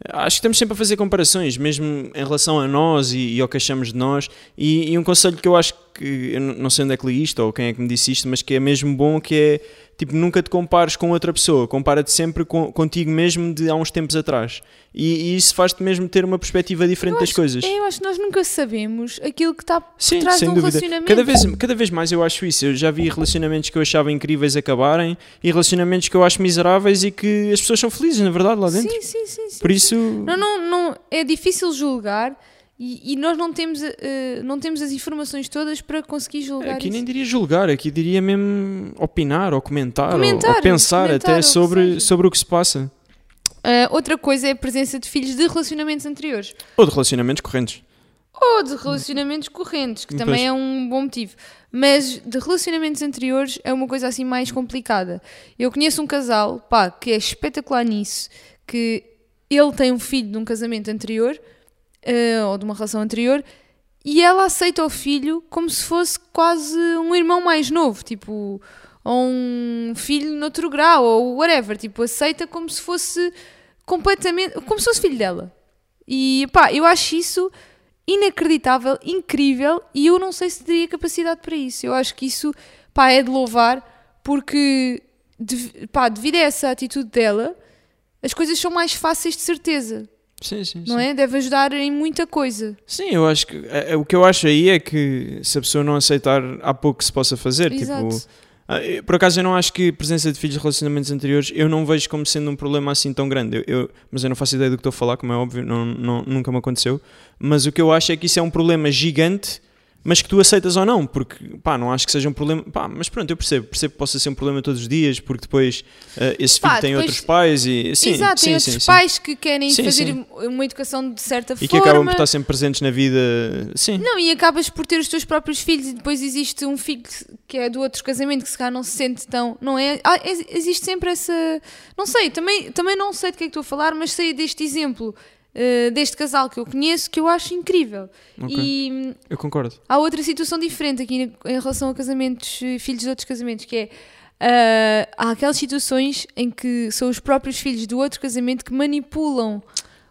C: acho que estamos sempre a fazer comparações, mesmo em relação a nós e, e ao que achamos de nós. E, e um conselho que eu acho que eu n- não sei onde é que li isto ou quem é que me disse isto, mas que é mesmo bom que é tipo nunca te compares com outra pessoa, compara-te sempre com- contigo mesmo de há uns tempos atrás. E, e isso faz-te mesmo ter uma perspectiva diferente das coisas.
B: É, eu acho que nós nunca sabemos aquilo que está por
C: Sim,
B: trás
C: sem
B: de um
C: dúvida.
B: relacionamento.
C: Cada vez, cada vez mais eu acho isso. Eu já vi relacionamentos que eu achava incríveis acabarem e relacionamentos que eu acho miseráveis e que as pessoas são felizes, na verdade, lá dentro.
B: Sim, sim, sim. sim.
C: Por isso.
B: Não, não, não, é difícil julgar e, e nós não temos, eh, não temos as informações todas para conseguir julgar
C: Aqui
B: isso.
C: nem diria julgar, aqui diria mesmo opinar ou comentar, ou- ou,
B: Comentar,
C: pensar
B: comentar, ou o
C: até
B: que
C: sobre,
B: seja.
C: sobre o que se passa.
B: Ah, outra coisa é a presença de filhos de relacionamentos anteriores
C: Ou de relacionamentos correntes.
B: ou de relacionamentos correntes, que também
C: Pois.
B: é um bom motivo. Mas de relacionamentos anteriores é uma coisa assim mais complicada. Eu conheço um casal, pá, que é espetacular nisso, que ele tem um filho de um casamento anterior ah, ou de uma relação anterior e ela aceita o filho como se fosse quase um irmão mais novo, tipo, ou um filho noutro grau, ou whatever, tipo, aceita como se fosse completamente, como se fosse filho dela. E pá, eu acho isso inacreditável, incrível, e eu não sei se teria capacidade para isso. Eu acho que isso, pá, é de louvar, porque, dev- pá, devido a essa atitude dela, as coisas são mais fáceis de certeza,
C: Sim, sim,
B: não é? Deve ajudar em muita coisa.
C: Sim, eu acho que. é- é- o que eu acho aí é que se a pessoa não aceitar, há pouco que se possa fazer.
B: Exato.
C: Tipo, Ah, eu- Por acaso eu não acho que presença de filhos de relacionamentos anteriores eu não vejo como sendo um problema assim tão grande. Eu- eu- mas eu não faço ideia do que estou a falar, como é óbvio, não, não- nunca me aconteceu. Mas o que eu acho é que isso é um problema gigante, mas que tu aceitas ou não, porque pá, não acho que seja um problema. Pá, mas pronto, eu percebo, percebo que possa ser um problema todos os dias, porque depois ah, esse filho
B: Pá,
C: tem
B: depois-
C: outros pais e sim,
B: Exato,
C: sim,
B: tem
C: sim,
B: outros
C: sim.
B: pais que querem
C: Sim,
B: fazer
C: sim.
B: uma educação de certa forma.
C: E que acabam por estar sempre presentes na vida. Sim.
B: Não, e acabas por ter os teus próprios filhos e depois existe um filho que- que é do outro casamento que se calhar não se sente tão. Não é? Ah, ex- existe sempre essa. Não sei, também, também não sei de que é que estou a falar, mas sei deste exemplo, eh, deste casal que eu conheço, que eu acho incrível.
C: Ok.
B: E hum,
C: Eu concordo.
B: há outra situação diferente aqui em- em relação a casamentos, eh, filhos de outros casamentos, que é. ah, há aquelas situações em que são os próprios filhos do outro casamento que manipulam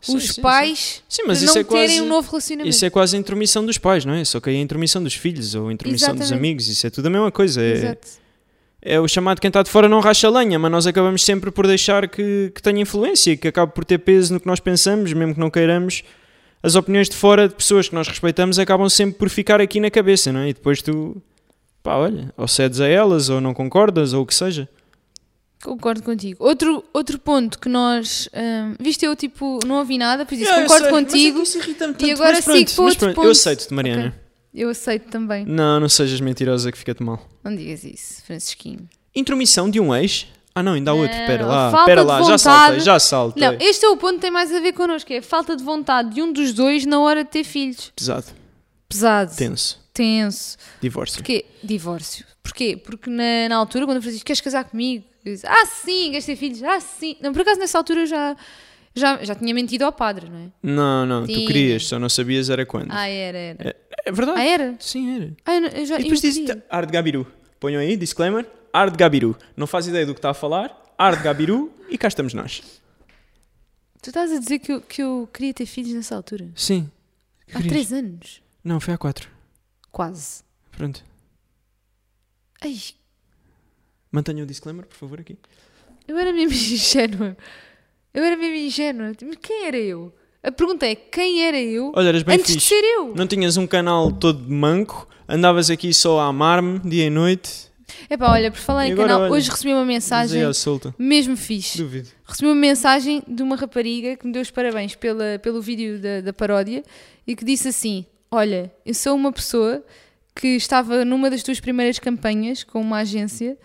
C: Sim,
B: os
C: sim, sim.
B: pais
C: Sim,
B: para
C: mas
B: não
C: isso é
B: terem
C: quase.
B: um novo relacionamento.
C: Isso é quase a intromissão dos pais, não é? Só que aí é a intromissão dos filhos ou a intromissão dos
B: Exatamente.
C: amigos, isso é tudo a mesma coisa. É,
B: Exato.
C: é o chamado quem está de fora não racha lenha, mas nós acabamos sempre por deixar que, que tenha influência, que acabe por ter peso no que nós pensamos, mesmo que não queiramos. As opiniões de fora de pessoas que nós respeitamos acabam sempre por ficar aqui na cabeça, não é? E depois tu, pá, olha, ou cedes a elas, ou não concordas, ou o que seja.
B: Concordo contigo. Outro, outro ponto que nós. hum, viste, eu tipo, não ouvi nada, por isso
C: Yeah, eu
B: concordo
C: sei, mas é que
B: contigo.
C: isso irrita-me tanto,
B: E agora
C: mas pronto,
B: sigo para
C: mas
B: outro
C: pronto,
B: ponto.
C: Eu aceito-te, Mariana.
B: Ok. Eu aceito também.
C: Não, não sejas mentirosa que fica-te mal.
B: Não digas isso, Francisquinho.
C: Intromissão de um ex? Ah não, ainda há outro,
B: Não,
C: pera lá,
B: falta
C: pera
B: de
C: lá, já
B: vontade.
C: saltei, já saltei.
B: Não, este é o ponto que tem mais a ver connosco: é a falta de vontade de um dos dois na hora de ter filhos.
C: Pesado,
B: Pesado,
C: tenso,
B: tenso.
C: divórcio.
B: Porquê? Divórcio. Porquê? Porque na, na altura, quando o Francisco queres casar comigo, eu disse, ah sim, queres ter filhos, ah sim. Não, por acaso nessa altura eu já, já, já tinha mentido ao padre, não é?
C: Não, não,
B: Sim.
C: tu querias, só não sabias era quando.
B: Ah, era, era.
C: É verdade?
B: Ah, era?
C: Sim, era.
B: Ah, eu, não- eu já
C: E depois
B: eu queria.
C: dizes ar de gabiru. Ponham aí, disclaimer, ar de gabiru. Não faz ideia do que está a falar, ar de gabiru e cá estamos nós.
B: Tu estás a dizer que eu, que eu queria ter filhos nessa altura?
C: Sim.
B: Há três anos.
C: Não, foi há quatro.
B: Quase.
C: Pronto.
B: Ai,
C: Mantenha o disclaimer, por favor, aqui.
B: eu era mesmo *laughs* ingênua. Eu era mesmo ingênua. Mas Quem era eu? A pergunta é, quem era eu
C: Olha, eras bem
B: antes de
C: fixe.
B: ser eu?
C: Não tinhas um canal todo de manco, andavas aqui só a amar-me dia e noite.
B: Epá, olha, por falar
C: E
B: em
C: agora,
B: canal,
C: olha,
B: hoje recebi uma
C: Mas aí
B: mensagem
C: à solta.
B: mesmo fixe.
C: Duvido.
B: Recebi uma mensagem de uma rapariga que me deu os parabéns pela, pelo vídeo da, da paródia e que disse assim: Olha, eu sou uma pessoa que estava numa das tuas primeiras campanhas com uma agência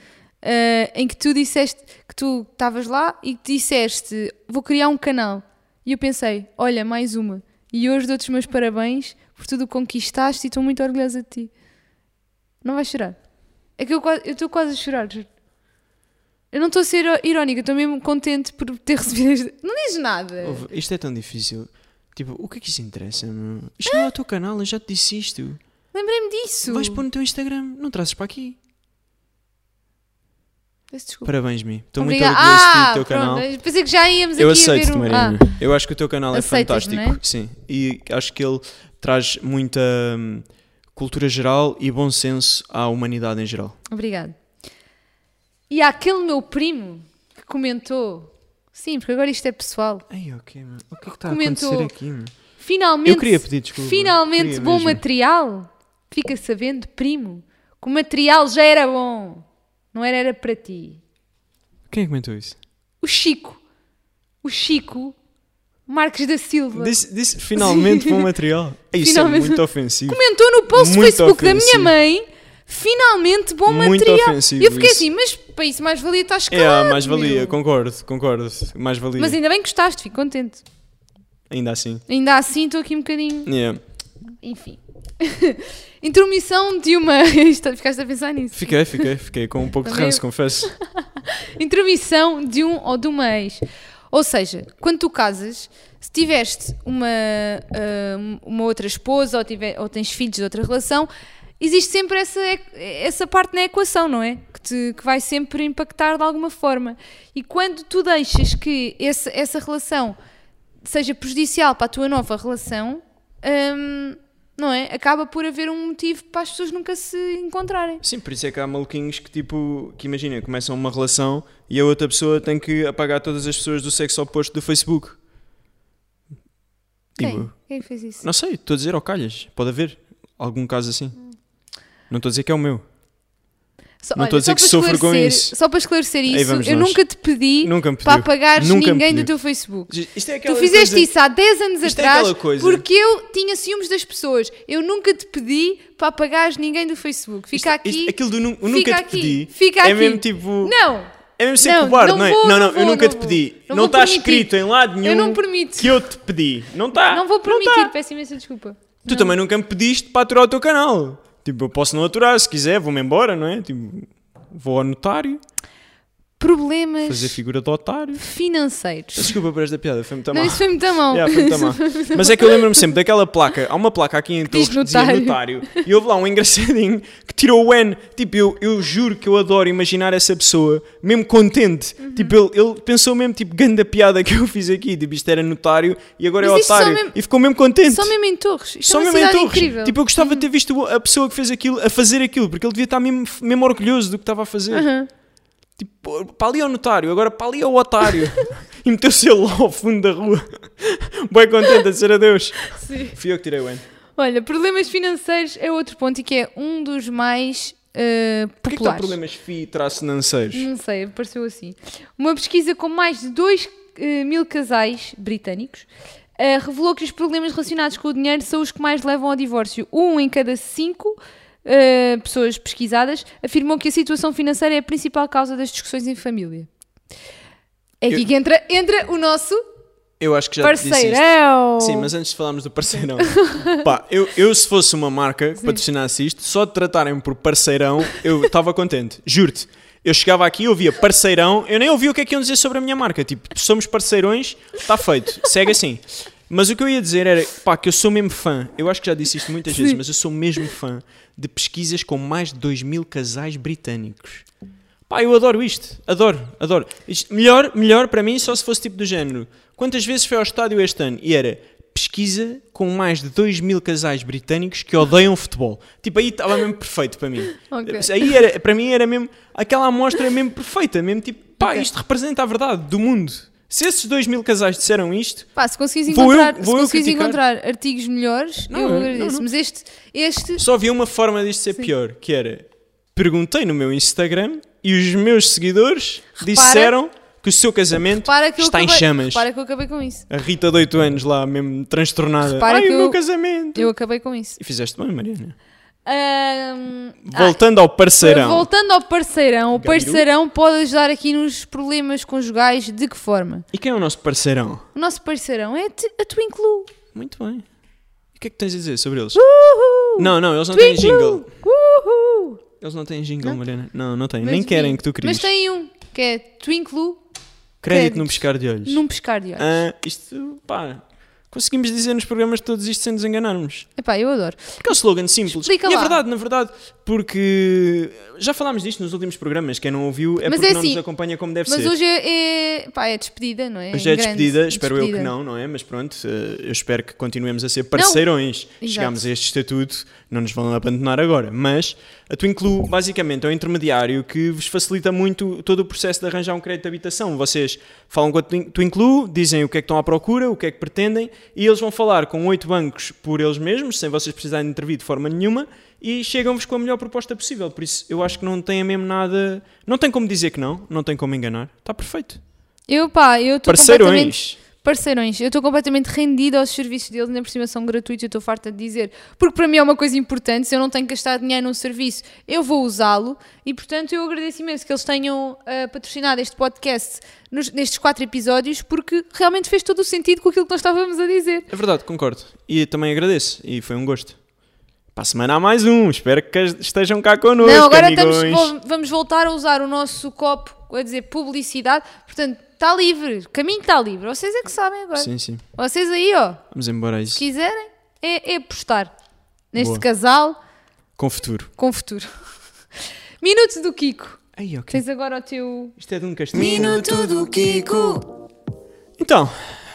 B: eh, em que tu disseste que tu estavas lá e que disseste vou criar um canal. E eu pensei: Olha, mais uma. E hoje dou-te os meus parabéns por tudo o que conquistaste e estou muito orgulhosa de ti. Não vais chorar? É que eu quase- eu estou quase a chorar, juro. Eu não estou a ser irónica, estou mesmo contente por ter *laughs* recebido este... Não dizes nada.
C: Ouve, isto é tão difícil. Tipo, o que é que isso interessa, meu? Isto não é o teu canal, eu já te disse isto.
B: Lembrei-me disso.
C: Vais pôr no teu Instagram, não trazes para aqui.
B: Peço desculpa.
C: Parabéns, Mi. Estou muito
B: Obrigada.
C: orgulhoso de ti,
B: ah,
C: do teu
B: pronto.
C: canal.
B: Pensei que já íamos
C: Eu
B: aqui a ver
C: aceito-te,
B: um...
C: Mariana.
B: Ah,
C: Eu acho que o teu canal é
B: Aceitas,
C: fantástico.
B: não é?
C: Sim. E acho que ele traz muita hum, cultura geral e bom senso à humanidade em geral.
B: obrigado. E há aquele meu primo que comentou... Sim, porque agora isto é pessoal.
C: Ei, ok, mano. O que é que está
B: Comentou.
C: a acontecer aqui, meu?
B: Finalmente...
C: Eu queria pedir desculpa.
B: Finalmente
C: Queria
B: bom
C: mesmo.
B: material. Fica sabendo, primo, que o material já era bom. Não era, era para ti.
C: Quem é que comentou isso?
B: O Chico. O Chico Marques da Silva.
C: Disse, disse finalmente bom material. Isso
B: Finalmente.
C: é muito ofensivo.
B: comentou no post do
C: Muito
B: Facebook da minha
C: ofensivo.
B: mãe. Finalmente, bom
C: Muito
B: material.
C: ofensivo
B: E eu fiquei
C: isso.
B: assim, mas para isso mais valia estás
C: É,
B: calado.
C: mais valia,
B: meu.
C: concordo, concordo. Mais valia.
B: Mas ainda bem que gostaste, fico contente.
C: Ainda assim.
B: Ainda assim estou aqui um bocadinho.
C: Yeah.
B: Enfim. *laughs* Intromissão de uma. *laughs* Isto- Ficaste a pensar nisso?
C: Fiquei, fiquei, fiquei com um pouco de
B: Também eu.
C: ranço, confesso.
B: Intromissão de um ou de uma ex. Ou seja, quando tu casas, se tiveste uma, ah, uma outra esposa ou, tiver, ou tens filhos de outra relação, existe sempre essa, e- essa parte na equação, não é? Que, te- que vai sempre impactar de alguma forma. E quando tu deixas que esse- essa relação seja prejudicial para a tua nova relação, hum, não é? Acaba por haver um motivo para as pessoas nunca se encontrarem.
C: Sim, por isso é que há maluquinhos que tipo, que imagina, começam uma relação e a outra pessoa tem que apagar todas as pessoas do sexo oposto do Facebook.
B: Quem?
C: Tipo,
B: Quem é fez isso?
C: não sei, estou a
B: Hum.
C: dizer ao calhas, pode haver algum caso assim. Não estou a dizer que é o meu.
B: Só,
C: Não estou a dizer
B: só
C: que
B: para
C: sofro com
B: esclarecer-
C: isso.
B: Só para esclarecer isso,
C: vamos
B: eu
C: nós.
B: nunca te pedi
C: Nunca me
B: para
C: pediu.
B: apagares
C: Nunca me
B: ninguém do
C: pediu.
B: teu Facebook.
C: Isto é
B: Tu
C: aquela
B: fizeste
C: coisa-
B: isso há 10 anos
C: Isto é
B: atrás
C: aquela coisa.
B: porque eu tinha ciúmes das pessoas. Eu nunca te pedi para apagares ninguém do Facebook. Fica
C: Isto- é-
B: aqui.
C: isto- aquilo do nu- eu nunca
B: fica
C: te
B: aqui,
C: pedi.
B: Fica
C: É
B: aqui.
C: mesmo tipo-
B: Não!
C: É mesmo ser
B: Não,
C: covarde,
B: não
C: não é?
B: vou,
C: não,
B: não
C: não,
B: vou,
C: eu nunca
B: não
C: te
B: vou.
C: pedi.
B: Não
C: Não
B: vou
C: está
B: permitir.
C: escrito em lado nenhum
B: Eu não permito.
C: que eu te pedi. Não está.
B: Não vou permitir,
C: tá.
B: peço imensa desculpa.
C: Tu também nunca me pediste para aturar o teu canal. Tipo, eu posso não aturar, se quiser, vou-me embora, não é? Tipo, vou ao notário,
B: Problemas
C: fazer figura de otário.
B: financeiros.
C: Desculpa por esta piada, foi muito
B: Não,
C: má.
B: isso foi muito mal.
C: Yeah, foi
B: *laughs*
C: muito má. Mas é que eu lembro-me sempre daquela placa. Há uma placa aqui em Torres
B: diz
C: que dizia
B: notário.
C: notário. E houve lá um engraçadinho que tirou o N. Tipo, eu, eu juro que eu adoro imaginar essa pessoa, mesmo contente.
B: Uhum.
C: Tipo, ele, ele pensou mesmo, tipo, ganda piada que eu fiz aqui. Tipo, isto era notário e agora
B: Mas
C: é
B: isto só
C: otário.
B: mesmo-
C: E ficou mesmo contente.
B: Só mesmo em Torres. Isto é
C: Só
B: uma
C: mesmo em
B: cidade
C: Torres.
B: incrível. Uhum.
C: Tipo, eu gostava de ter visto a pessoa que fez aquilo a fazer aquilo, porque ele devia estar mesmo, mesmo orgulhoso do que estava a fazer.
B: Aham.
C: Tipo, para ali é o notário, agora para ali é
B: *laughs*
C: o otário. e meteu-se ele lá ao fundo da rua. Bem contente a dizer adeus.
B: Sim.
C: Fui eu que tirei o N.
B: Olha, problemas financeiros é outro ponto e que é um dos mais eh, populares.
C: Porquê que está problemas FI traço financeiros?
B: Não sei, apareceu assim. Uma pesquisa com mais de 2 mil casais britânicos eh, revelou que os problemas relacionados com o dinheiro são os que mais levam ao divórcio. Um em cada cinco eh, pessoas pesquisadas afirmou que a situação financeira é a principal causa das discussões em família. É aqui
C: Eu-
B: que entra, entra o nosso
C: Eu acho que já te disse isto.
B: parceirão.
C: Sim, mas antes de falarmos do parceirão, *laughs* pá, eu, eu se fosse uma marca que patrocinasse isto, só de tratarem-me por parceirão, eu estava contente, juro-te. Eu chegava aqui, ouvia parceirão, eu nem ouvia o que é que iam dizer sobre a minha marca, tipo, somos parceirões, está feito, segue assim. Mas o que eu ia dizer era, pá, que eu sou mesmo fã, eu acho que já disse isto muitas vezes, mas eu sou mesmo fã de pesquisas com mais de 2 mil casais britânicos. Pá, eu adoro isto. Adoro, adoro. Isto- melhor, melhor para mim só se fosse tipo do género. Quantas vezes foi ao estádio este ano? E era pesquisa com mais de 2 mil casais britânicos que odeiam futebol. Tipo, aí estava mesmo perfeito para mim.
B: Ok.
C: Aí era, para mim era mesmo, aquela amostra é mesmo perfeita, mesmo tipo, pá, isto representa a verdade do mundo. Se esses 2 mil casais disseram isto,
B: Pá, se conseguires
C: Vou eu-
B: encontrar, se
C: vou eu
B: conseguires
C: criticar.
B: encontrar artigos melhores,
C: Não,
B: eu
C: não,
B: agradeço.
C: não.
B: Mas este, este
C: só havia uma forma disto ser pior, que era, perguntei no meu Instagram e os meus seguidores disseram que o seu casamento
B: para que eu
C: está em
B: acabei-
C: chamas.
B: Repara que eu acabei com isso.
C: A Rita de 8 anos lá, mesmo transtornada.
B: Repara
C: Ai,
B: que
C: o meu
B: eu-
C: casamento.
B: Eu acabei com isso.
C: E fizeste bem, Mariana.
B: Ahm,
C: Voltando ao
B: ah,
C: parceirão.
B: voltando ao parceirão, o
C: Gabiru.
B: parceirão pode ajudar aqui nos problemas conjugais de que forma?
C: E quem é o nosso parceirão?
B: O nosso parceirão é ti- a Twinklu.
C: Muito bem. E o que é que tens a dizer sobre eles?
B: Uh! Uhul!
C: Não, não, eles não têm
B: Twinklu!
C: jingle.
B: Uhul!
C: Eles não têm jingle, Mariana. Não, não têm.
B: Mas
C: Nem querem
B: vi-
C: que tu
B: Mas
C: cries.
B: tem um, que é Twinklu
C: Crédito
B: créditos.
C: num piscar de olhos.
B: num pescar de olhos.
C: Ah, isto, pá. Conseguimos dizer nos programas todos isto sem nos enganarmos.
B: Epá, eu adoro.
C: Porque é um slogan simples.
B: Explica
C: e é
B: lá.
C: verdade, na verdade, porque já falámos disto nos últimos programas. Quem não ouviu é
B: Mas
C: porque
B: é
C: não
B: assim,
C: nos acompanha como deve
B: Mas
C: ser.
B: hoje é, é- pá, é despedida, não é?
C: Hoje é
B: Em grande,
C: despedida, espero eu
B: despedida.
C: que não, não é? Mas pronto, eh, eu espero que continuemos a ser parceirões.
B: Exato.
C: Chegámos a este estatuto, não nos vão abandonar agora. Mas a Twinclu, basicamente, é um intermediário que vos facilita muito todo o processo de arranjar um crédito de habitação. Vocês falam com a Twin- Twinclu, dizem o que é que estão à procura, o que é que pretendem, e eles vão falar com oito bancos por eles mesmos, sem vocês precisarem de intervir de forma nenhuma, e chegam-vos com a melhor proposta possível. Por isso, eu acho que não tem mesmo nada. Não tem como dizer que não, não tem como enganar. Está perfeito.
B: Eu, pá, eu estou completamente
C: Parceirões.
B: Parceirões, eu estou completamente rendida aos serviços deles, na aproximação gratuita, eu estou farta de dizer, porque para mim é uma coisa importante, se eu não tenho que gastar dinheiro num serviço, eu vou usá-lo e, portanto, eu agradeço imenso que eles tenham ah, patrocinado este podcast nos- nestes quatro episódios, porque realmente fez todo o sentido com aquilo que nós estávamos a dizer.
C: É verdade, concordo. E também agradeço. E foi um gosto. Para a semana há mais um. Espero que estejam cá connosco,
B: não, agora
C: amigões.
B: estamos, vo- vamos voltar a usar o nosso copo, a dizer publicidade, portanto, está livre, o caminho está livre, vocês é que sabem agora.
C: Sim, sim.
B: Vocês aí, ó,
C: Vamos embora a isso.
B: quiserem, é, é apostar neste
C: Boa.
B: casal.
C: Com o futuro.
B: com o futuro. *laughs* Minuto do Kiko.
C: Ai, ok.
B: Tens agora o teu.
C: Isto é de um castigo.
A: Minuto do Kiko.
C: Então,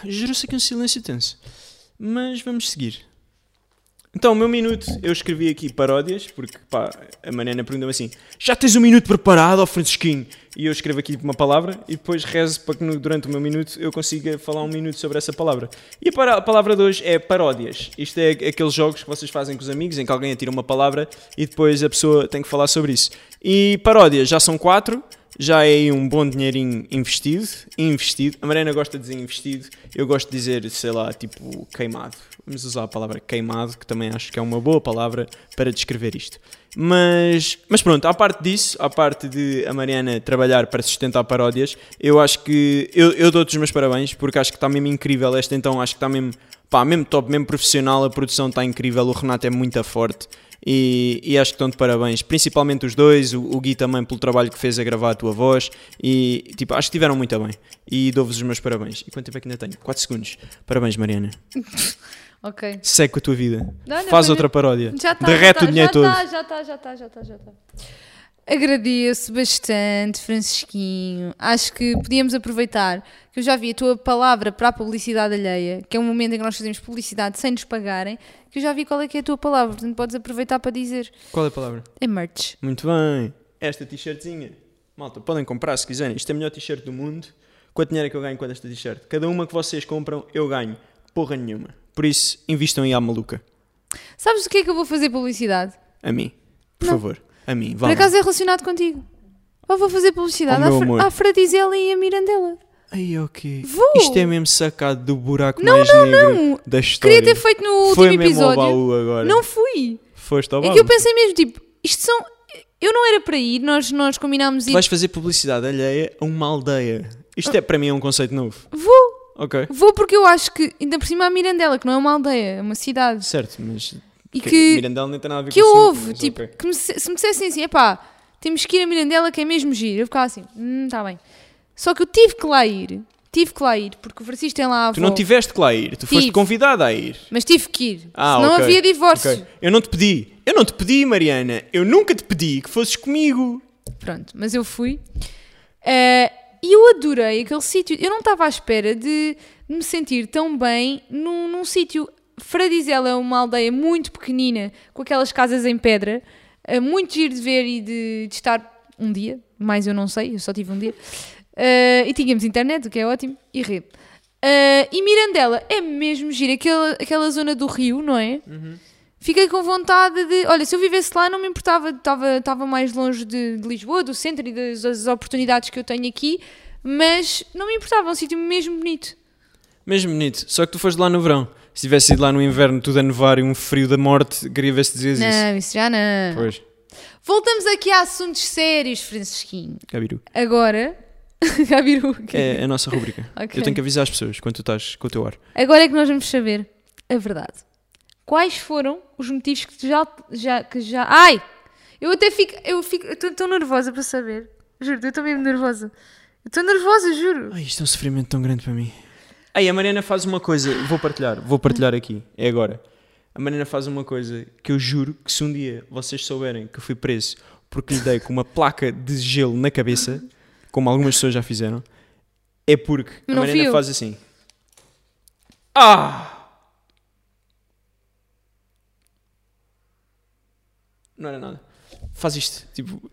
C: gerou-se aqui um silêncio tenso. Mas vamos seguir. Então, o meu minuto, eu escrevi aqui paródias, porque pá, a Mariana perguntou-me assim: já tens um minuto preparado, ó Francisquinho? E eu escrevo aqui uma palavra e depois rezo para que no- durante o meu minuto eu consiga falar um minuto sobre essa palavra. E a, para- a palavra de hoje é paródias. Isto é aqueles jogos que vocês fazem com os amigos em que alguém atira uma palavra e depois a pessoa tem que falar sobre isso. E paródias já são quatro. Já é aí um bom dinheirinho investido. Investido. A Mariana gosta de dizer investido. Eu gosto de dizer, sei lá, tipo queimado. Vamos usar a palavra queimado, que também acho que é uma boa palavra para descrever isto. Mas, mas pronto, à parte disso, à parte de a Mariana trabalhar para sustentar paródias, eu acho que. Eu, eu dou-te os meus parabéns, porque acho que está mesmo incrível esta, então acho que está mesmo. Pá, mesmo top, mesmo profissional, a produção está incrível, o Renato é muito forte. E, e acho que estão de parabéns, principalmente os dois, o, o Gui também pelo trabalho que fez a gravar a tua voz. E tipo, acho que tiveram muito bem. E dou-vos os meus parabéns. E quanto tempo é que ainda tenho? 4 segundos. Parabéns, Mariana.
B: Ok.
C: Segue com a tua vida.
B: Não, não,
C: Faz
B: mas
C: outra
B: eu-
C: paródia.
B: Já está.
C: Derrete
B: já
C: o dinheiro
B: tá,
C: todo.
B: já está, já está, já está, já está. Agradeço bastante, Francisquinho. Acho que podíamos aproveitar que eu já vi a tua palavra para a publicidade alheia, que é um momento em que nós fazemos publicidade sem nos pagarem, que eu já vi qual é que é a tua palavra, portanto podes aproveitar para dizer.
C: Qual é a palavra?
B: É merch.
C: Muito bem. Esta t-shirtzinha. Malta, podem comprar se quiserem. Isto é a melhor t-shirt do mundo. Quanto dinheiro é que eu ganho com esta t-shirt? Cada uma que vocês compram, eu ganho. Porra nenhuma. Por isso, invistam em à maluca.
B: Sabes o que é que eu vou fazer publicidade?
C: A mim. Por
B: Não.
C: favor. A mim.
B: Por
C: Vá.
B: acaso é relacionado contigo. Eu vou fazer publicidade
C: Oh,
B: à,
C: meu
B: Fra-
C: amor.
B: à Fradizela e à Mirandela.
C: Ai, ok.
B: Vou.
C: Isto é mesmo sacado do buraco
B: Não,
C: mais
B: não,
C: negro
B: não.
C: da história.
B: Queria ter feito no último
C: Foi mesmo ao
B: episódio.
C: baú agora.
B: Não fui.
C: Foste ao
B: É
C: baú.
B: que eu pensei mesmo, tipo, isto são. Eu não era para ir, nós, nós combinámos ir.
C: Vais fazer publicidade alheia a uma aldeia. Isto é, para mim é um conceito novo.
B: Vou,
C: Ok.
B: vou porque eu acho que, ainda por cima, a Mirandela, que não é uma aldeia, é uma cidade.
C: Certo, mas...
B: E
C: ok,
B: que-
C: Mirandela nem tem nada a ver
B: Que eu
C: com o assunto,
B: ouvo,
C: mas
B: tipo,
C: ok.
B: que me se se me dissessem assim, epá, temos que ir a Mirandela que é mesmo giro. Eu ficava assim, hum, tá bem. Só que eu tive que lá ir, tive que lá ir, porque o Francisco tem lá a
C: Tu
B: avó.
C: não tiveste que lá ir. Tu foste
B: Tive.
C: convidada a ir.
B: Mas tive que ir,
C: Ah,
B: senão
C: ok.
B: havia divórcio.
C: Ok. Eu não te pedi. Eu não te pedi, Mariana. Eu nunca te pedi que fosses comigo.
B: Pronto, mas eu fui. Eh, E eu adorei aquele sítio. Eu não estava à espera de me sentir tão bem num, num sítio. Fradizela é uma aldeia muito pequenina, com aquelas casas em pedra. eh, muito giro de ver e de, de estar um dia, mais eu não sei, eu só tive um dia. Eh, e tínhamos internet, o que é ótimo, e rede. Eh, e Mirandela é mesmo giro, aquela, aquela zona do rio, não é? Fiquei com vontade de. Olha, se eu vivesse lá, não me importava, estava estava mais longe de, de Lisboa, do centro e das, das oportunidades que eu tenho aqui, mas não me importava, é um sítio mesmo bonito.
C: Mesmo bonito. Só que tu foste lá no verão. Se tivesse ido lá no inverno, tudo a nevar e um frio da morte, queria ver se dizias isso.
B: Não, isso já não.
C: Pois.
B: Voltamos aqui a assuntos sérios, Francisquinho.
C: Cabiru.
B: Agora. *laughs* Gabiru, ok.
C: É a nossa rubrica.
B: *laughs* Ok.
C: Eu tenho que avisar as pessoas quando tu estás com o teu ar.
B: Agora é que nós vamos saber a verdade. Quais foram os motivos que tu já. já, que já... Ai! Eu até fico. Eu fico. eu Estou tão nervosa para saber. Juro, eu estou mesmo nervosa. Eu Estou nervosa, juro.
C: Ai, isto é um sofrimento tão grande para mim. Ai, a Mariana faz uma coisa, vou partilhar, vou partilhar aqui, é agora. A Mariana faz uma coisa que eu juro que se um dia vocês souberem que eu fui preso porque lhe dei com uma placa de gelo na cabeça, como algumas pessoas já fizeram, é porque a
B: Não
C: Mariana
B: viu.
C: faz assim. Ah! Não era nada. Faz isto, tipo,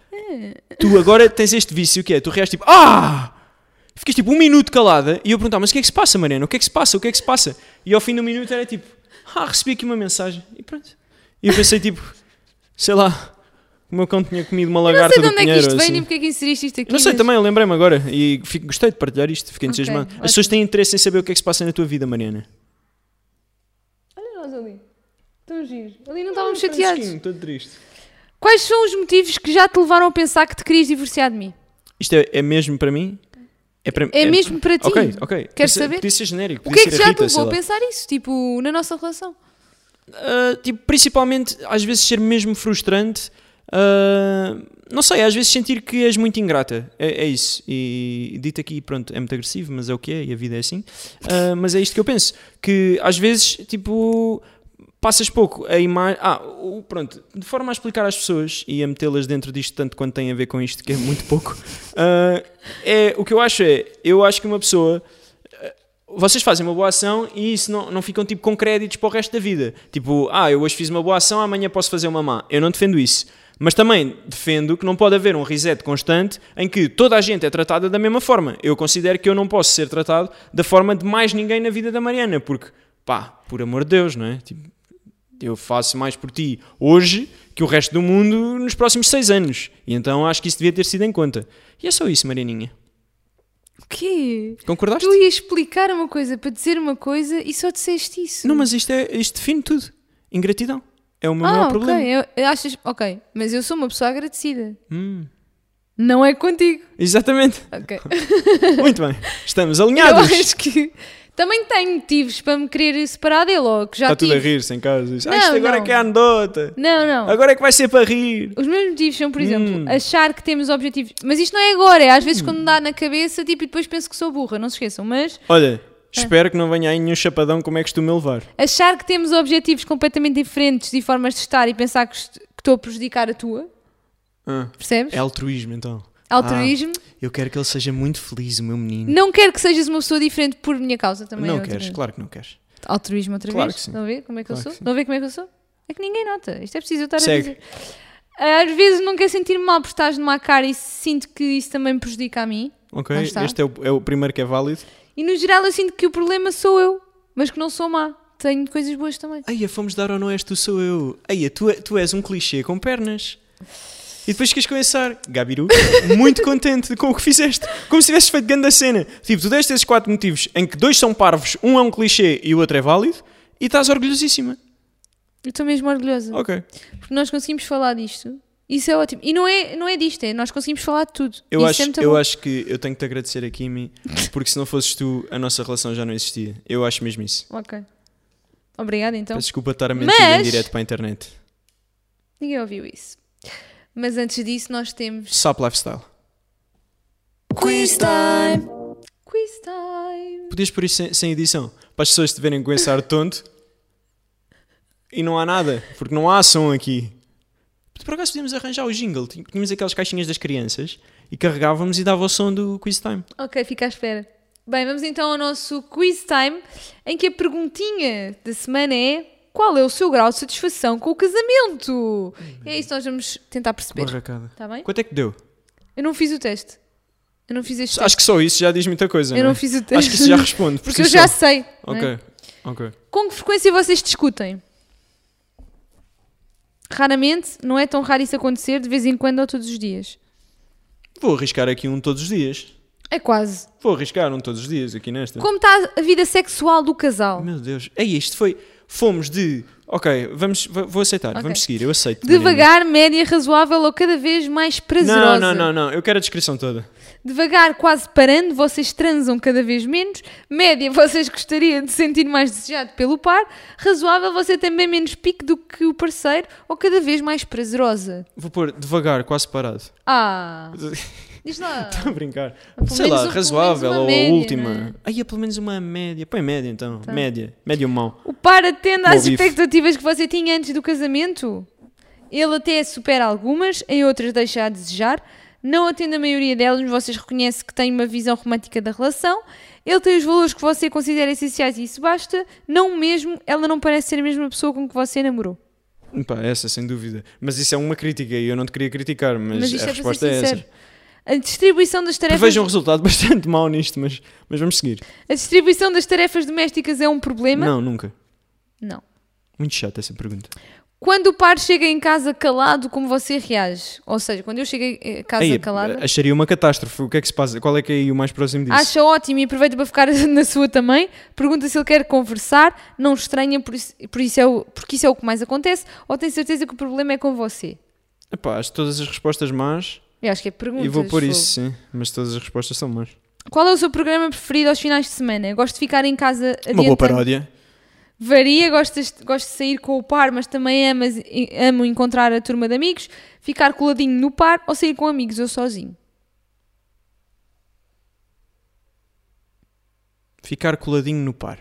C: tu agora tens este vício que é, tu reages tipo, ah! Ficas tipo um minuto calada e eu perguntava, mas o que é que se passa, Mariana? O que é que se passa? O que é que se passa? E ao fim do minuto era tipo, ah, recebi aqui uma mensagem e pronto. E eu pensei tipo, sei lá, o meu cão tinha comido uma
B: Não
C: lagarta
B: sei de onde
C: do
B: é que
C: pinheiro,
B: isto vem,
C: assim.
B: nem porque é que inseriste isto aqui.
C: Não sei,
B: mas-
C: também eu lembrei-me agora e fico, gostei de partilhar isto, fiquei
B: Ok,
C: entusiasmado.
B: ótimo.
C: As pessoas têm interesse em saber o que é que se passa na tua vida, Mariana.
B: Olha nós ali. Tão giros. Ali não estávamos
C: Ah,
B: chateados.
C: Estou triste.
B: Quais são os motivos que já te levaram a pensar que te querias divorciar de mim?
C: Isto é, é mesmo para mim? É, para,
B: É mesmo para ti?
C: Ok, ok. Podia ser-
B: saber?
C: Podia ser genérico.
B: O que
C: podia
B: é que
C: ser a
B: já te
C: Rita, sei
B: levou a
C: lá.
B: pensar isso? Tipo, na nossa relação?
C: Uh, tipo, principalmente às vezes ser mesmo frustrante. uh, não sei, às vezes sentir que és muito ingrata. É, é isso. E dito aqui, pronto, é muito agressivo, mas é o que é e a vida é assim. Uh, mas é isto que eu penso. Que às vezes, tipo. Passas pouco a imagem. Ah, o- pronto, de forma a explicar às pessoas e a metê-las dentro disto, tanto quanto tem a ver com isto, que ah, é muito pouco. uh, é, o que eu acho é. Eu acho que uma pessoa vocês fazem uma boa ação e isso não, não ficam tipo com créditos para o resto da vida. Tipo, ah, eu hoje fiz uma boa ação, amanhã posso fazer uma má. Eu não defendo isso. Mas também defendo que não pode haver um reset constante em que toda a gente é tratada da mesma forma. Eu considero que eu não posso ser tratado da forma de mais ninguém na vida da Mariana, porque, pá, por amor de Deus, não é? Tipo, eu faço mais por ti hoje que o resto do mundo nos próximos seis anos. E então acho que isso devia ter sido em conta. E é só isso, Marianinha.
B: O quê?
C: Concordaste?
B: Tu ias explicar uma coisa para dizer uma coisa e só disseste isso.
C: Não, mas isto, é, isto define tudo. Ingratidão. É o meu
B: ah,
C: maior
B: ok.
C: problema.
B: Eu- eu achas, ok, mas eu sou uma pessoa agradecida.
C: Hum.
B: Não é contigo.
C: Exatamente. *laughs*
B: Ok.
C: Muito bem. Estamos
B: eu
C: alinhados.
B: acho que também tenho motivos para me querer separar dele logo. que Já
C: Está Tá tudo a
B: tive.
C: rir sem causa. Diz, ah,
B: Não,
C: isto agora
B: não.
C: é que é a anedota.
B: Não, não.
C: Agora é que vai ser para rir.
B: Os meus motivos são, por exemplo,
C: Hum.
B: achar que temos objetivos. Mas isto não é agora, é às vezes quando dá na cabeça, tipo, e depois penso que sou burra, não se esqueçam. Mas
C: Olha, espero que não venha aí nenhum chapadão como é que costuma levar.
B: achar que temos objetivos completamente diferentes e formas de estar e pensar que est- que estou a prejudicar a tua,
C: Ah,
B: percebes?
C: é altruísmo então.
B: Altruísmo.
C: Ah, eu quero que ele seja muito feliz, o meu menino.
B: Não quero que sejas uma pessoa diferente por minha causa também. é
C: Não
B: outra
C: queres,
B: coisa.
C: claro que não queres.
B: Altruísmo outra
C: Claro
B: vez.
C: que sim.
B: Estão a ver como é que
C: Claro
B: eu
C: que
B: sou?
C: sim.
B: Estão a ver como é que eu sou? É que ninguém nota. Isto é preciso eu estar a
C: Segue.
B: dizer. Às vezes não quero sentir mal por estares numa cara e sinto que isso também me prejudica a mim.
C: Ok,
B: Lá está.
C: este é o, é o primeiro que é válido.
B: E no geral eu sinto que o problema sou eu, mas que não sou má. Tenho coisas boas também.
C: Eia, fomos dar ou não és tu, sou eu. Eia, tu, é- tu és um clichê com pernas. E depois ficas com esse ar, Gabiru,
B: *laughs*
C: muito contente com o que fizeste. Como se tivesses feito grande a cena. Tipo, tu deste esses quatro motivos em que dois são parvos, um é um clichê e o outro é válido, e estás orgulhosíssima.
B: Eu estou mesmo orgulhosa.
C: Ok.
B: Porque nós conseguimos falar disto. Isso é ótimo. E não é, não é disto, é nós conseguimos falar de tudo.
C: Eu,
B: Isso
C: acho,
B: é muito
C: eu
B: bom.
C: acho que eu tenho que te agradecer a Kimi, porque se não fosses tu, a nossa relação já não existia. Eu acho mesmo isso.
B: Ok. Obrigada então.
C: Peço desculpa de estar a mentir em
B: Mas-
C: direto para a internet.
B: Ninguém ouviu isso. Mas antes disso, nós temos
C: Sap Lifestyle.
A: Quiz time.
B: Quiz Time.
C: Podias pôr isso sem, sem edição, para as pessoas te verem com esse ar tonto e não há nada, porque não há som aqui. Por acaso podíamos arranjar o jingle, Tin- tínhamos aquelas caixinhas das crianças e carregávamos e dava o som do quiz time.
B: Ok, fica à espera. Bem, vamos então ao nosso Quiz Time, em que a perguntinha da semana é qual é o seu grau de satisfação com o casamento? É isso que nós vamos tentar perceber.
C: Barracada.
B: Está bem?
C: Quanto é que deu?
B: Eu não fiz o teste. Eu não fiz este teste.
C: Acho que só isso já diz muita coisa.
B: Eu
C: não é?
B: não fiz o teste.
C: Acho que isso já responde.
B: Porque
C: Porque
B: eu já sei. não é?
C: Ok, ok.
B: Com que frequência vocês discutem? Raramente, não é tão raro isso acontecer, de vez em quando ou todos os dias.
C: Vou arriscar aqui um todos os dias.
B: É quase.
C: Vou arriscar um todos os dias aqui nesta.
B: Como está a vida sexual do casal?
C: Meu Deus. É isto, foi. Fomos de. Ok, vamos, vou vou aceitar,
B: Ok.
C: vamos seguir, eu aceito. Marina.
B: Devagar, média, razoável ou cada vez mais prazerosa?
C: Não, não, não, não. Eu quero a descrição toda.
B: Devagar, quase parando, vocês transam cada vez menos. Média, *laughs* vocês gostariam de sentir mais desejado pelo par. Razoável, você tem bem menos pique do que o parceiro ou cada vez mais prazerosa.
C: Vou pôr devagar, quase parado.
B: Ah,
C: Estou
B: diz lá.
C: a brincar.
B: Pelo
C: Sei lá,
B: menos-
C: razoável
B: pelo
C: ou
B: menos uma
C: a
B: média, Tá. não é?
C: última. Aí é pelo menos uma média. Põe média então. Média. Média mau.
B: O par atende
C: Bom
B: às
C: bife.
B: expectativas que você tinha antes do casamento? Ele até supera algumas, em outras deixa a desejar. Não atende a maioria delas, mas vocês reconhecem que tem uma visão romântica da relação. Ele tem os valores que você considera essenciais e isso basta. Não mesmo, ela não parece ser a mesma pessoa com que você namorou.
C: Pá, essa sem dúvida. Mas isso é uma crítica e eu não te queria criticar, mas,
B: Mas isto
C: a
B: é para
C: resposta
B: ser
C: é
B: sincero.
C: essa.
B: A distribuição das tarefas.
C: Vejo um resultado *laughs* bastante mau nisto, mas, mas vamos seguir.
B: A distribuição das tarefas domésticas é um problema?
C: Não, nunca.
B: Não.
C: Muito chata essa pergunta.
B: Quando o par chega em casa calado, como você reage? Ou seja, quando eu chego em casa
C: Aí,
B: calada.
C: acharia uma catástrofe. O que é que se passa? Qual é que é aí o mais próximo disso?
B: Acha ótimo e aproveita para ficar *laughs* na sua também. Pergunta se ele quer conversar, não estranha, por isso, por isso é o, porque isso é o que mais acontece, ou tem certeza que o problema é com você?
C: Epá, acho todas as respostas más
B: Eu acho que é pergunta.
C: e vou pôr isso, sim. Mas todas as respostas são más.
B: Qual é o seu programa preferido aos finais de semana? Gosto de ficar em casa
C: Uma boa
B: adiantando-
C: paródia.
B: Varia, gostas, gosto de sair com o par, mas também amas, amo encontrar a turma de amigos, ficar coladinho no par ou sair com amigos ou sozinho.
C: Ficar coladinho no par.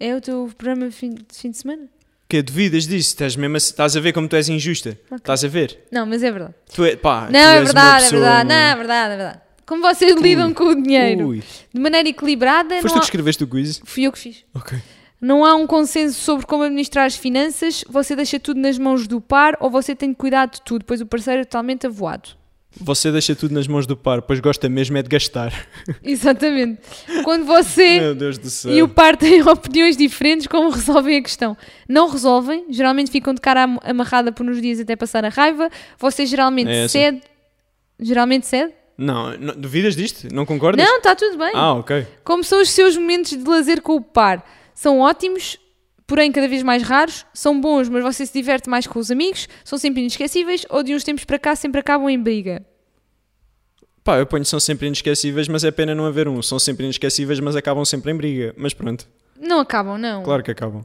B: É o teu programa de fim de, fim de semana?
C: Que duvidas disso? Estás, mesmo a, estás a ver como tu és injusta? Estás a ver?
B: Não, mas é verdade.
C: Tu é, pá, tu
B: Não, é
C: és uma
B: verdade, é
C: pessoa-
B: verdade. Não, é verdade, é verdade. Como vocês lidam com o dinheiro?
C: Ui.
B: De maneira equilibrada,
C: Foste
B: não
C: tu
B: há...
C: que escreveste o quiz?
B: fui eu que fiz.
C: Ok.
B: Não há um consenso sobre como administrar as finanças, você deixa tudo nas mãos do par ou você tem de cuidar de tudo, pois o parceiro é totalmente avoado. *laughs*
C: Você deixa tudo nas mãos do par, pois gosta mesmo é de gastar.
B: Exatamente. Quando você
C: Meu Deus do céu.
B: e o par têm *laughs* opiniões diferentes, como resolvem a questão? Não resolvem, geralmente ficam de cara am- amarrada por uns dias até passar a raiva, você geralmente
C: É essa.
B: cede. Geralmente cede?
C: Não, não- duvidas disto? Não concordas?
B: Não, está tudo bem.
C: Ah, ok.
B: Como são os seus momentos de lazer com o par? São ótimos, porém cada vez mais raros. São bons, mas você se diverte mais com os amigos. São sempre inesquecíveis ou de uns tempos para cá sempre acabam em briga.
C: Pá, eu ponho são sempre inesquecíveis, mas é pena não haver um. São sempre inesquecíveis, mas acabam sempre em briga. Mas pronto,
B: Não acabam, não.
C: claro que acabam.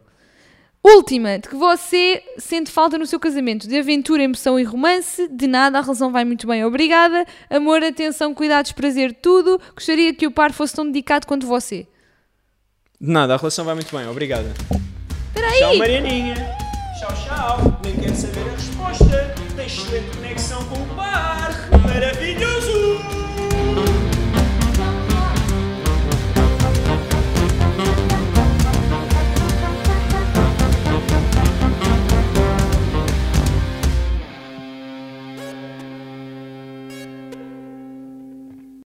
B: Última, de que você sente falta no seu casamento. De aventura, emoção e romance. De nada, a relação vai muito bem, obrigada. Amor, atenção, cuidados, prazer, tudo. Gostaria que o par fosse tão dedicado quanto você.
C: De nada, a relação vai muito bem, obrigada. Tchau, Marianinha.
A: Tchau, tchau. Nem quero saber a resposta. Tem excelente conexão com o bar. Maravilhoso.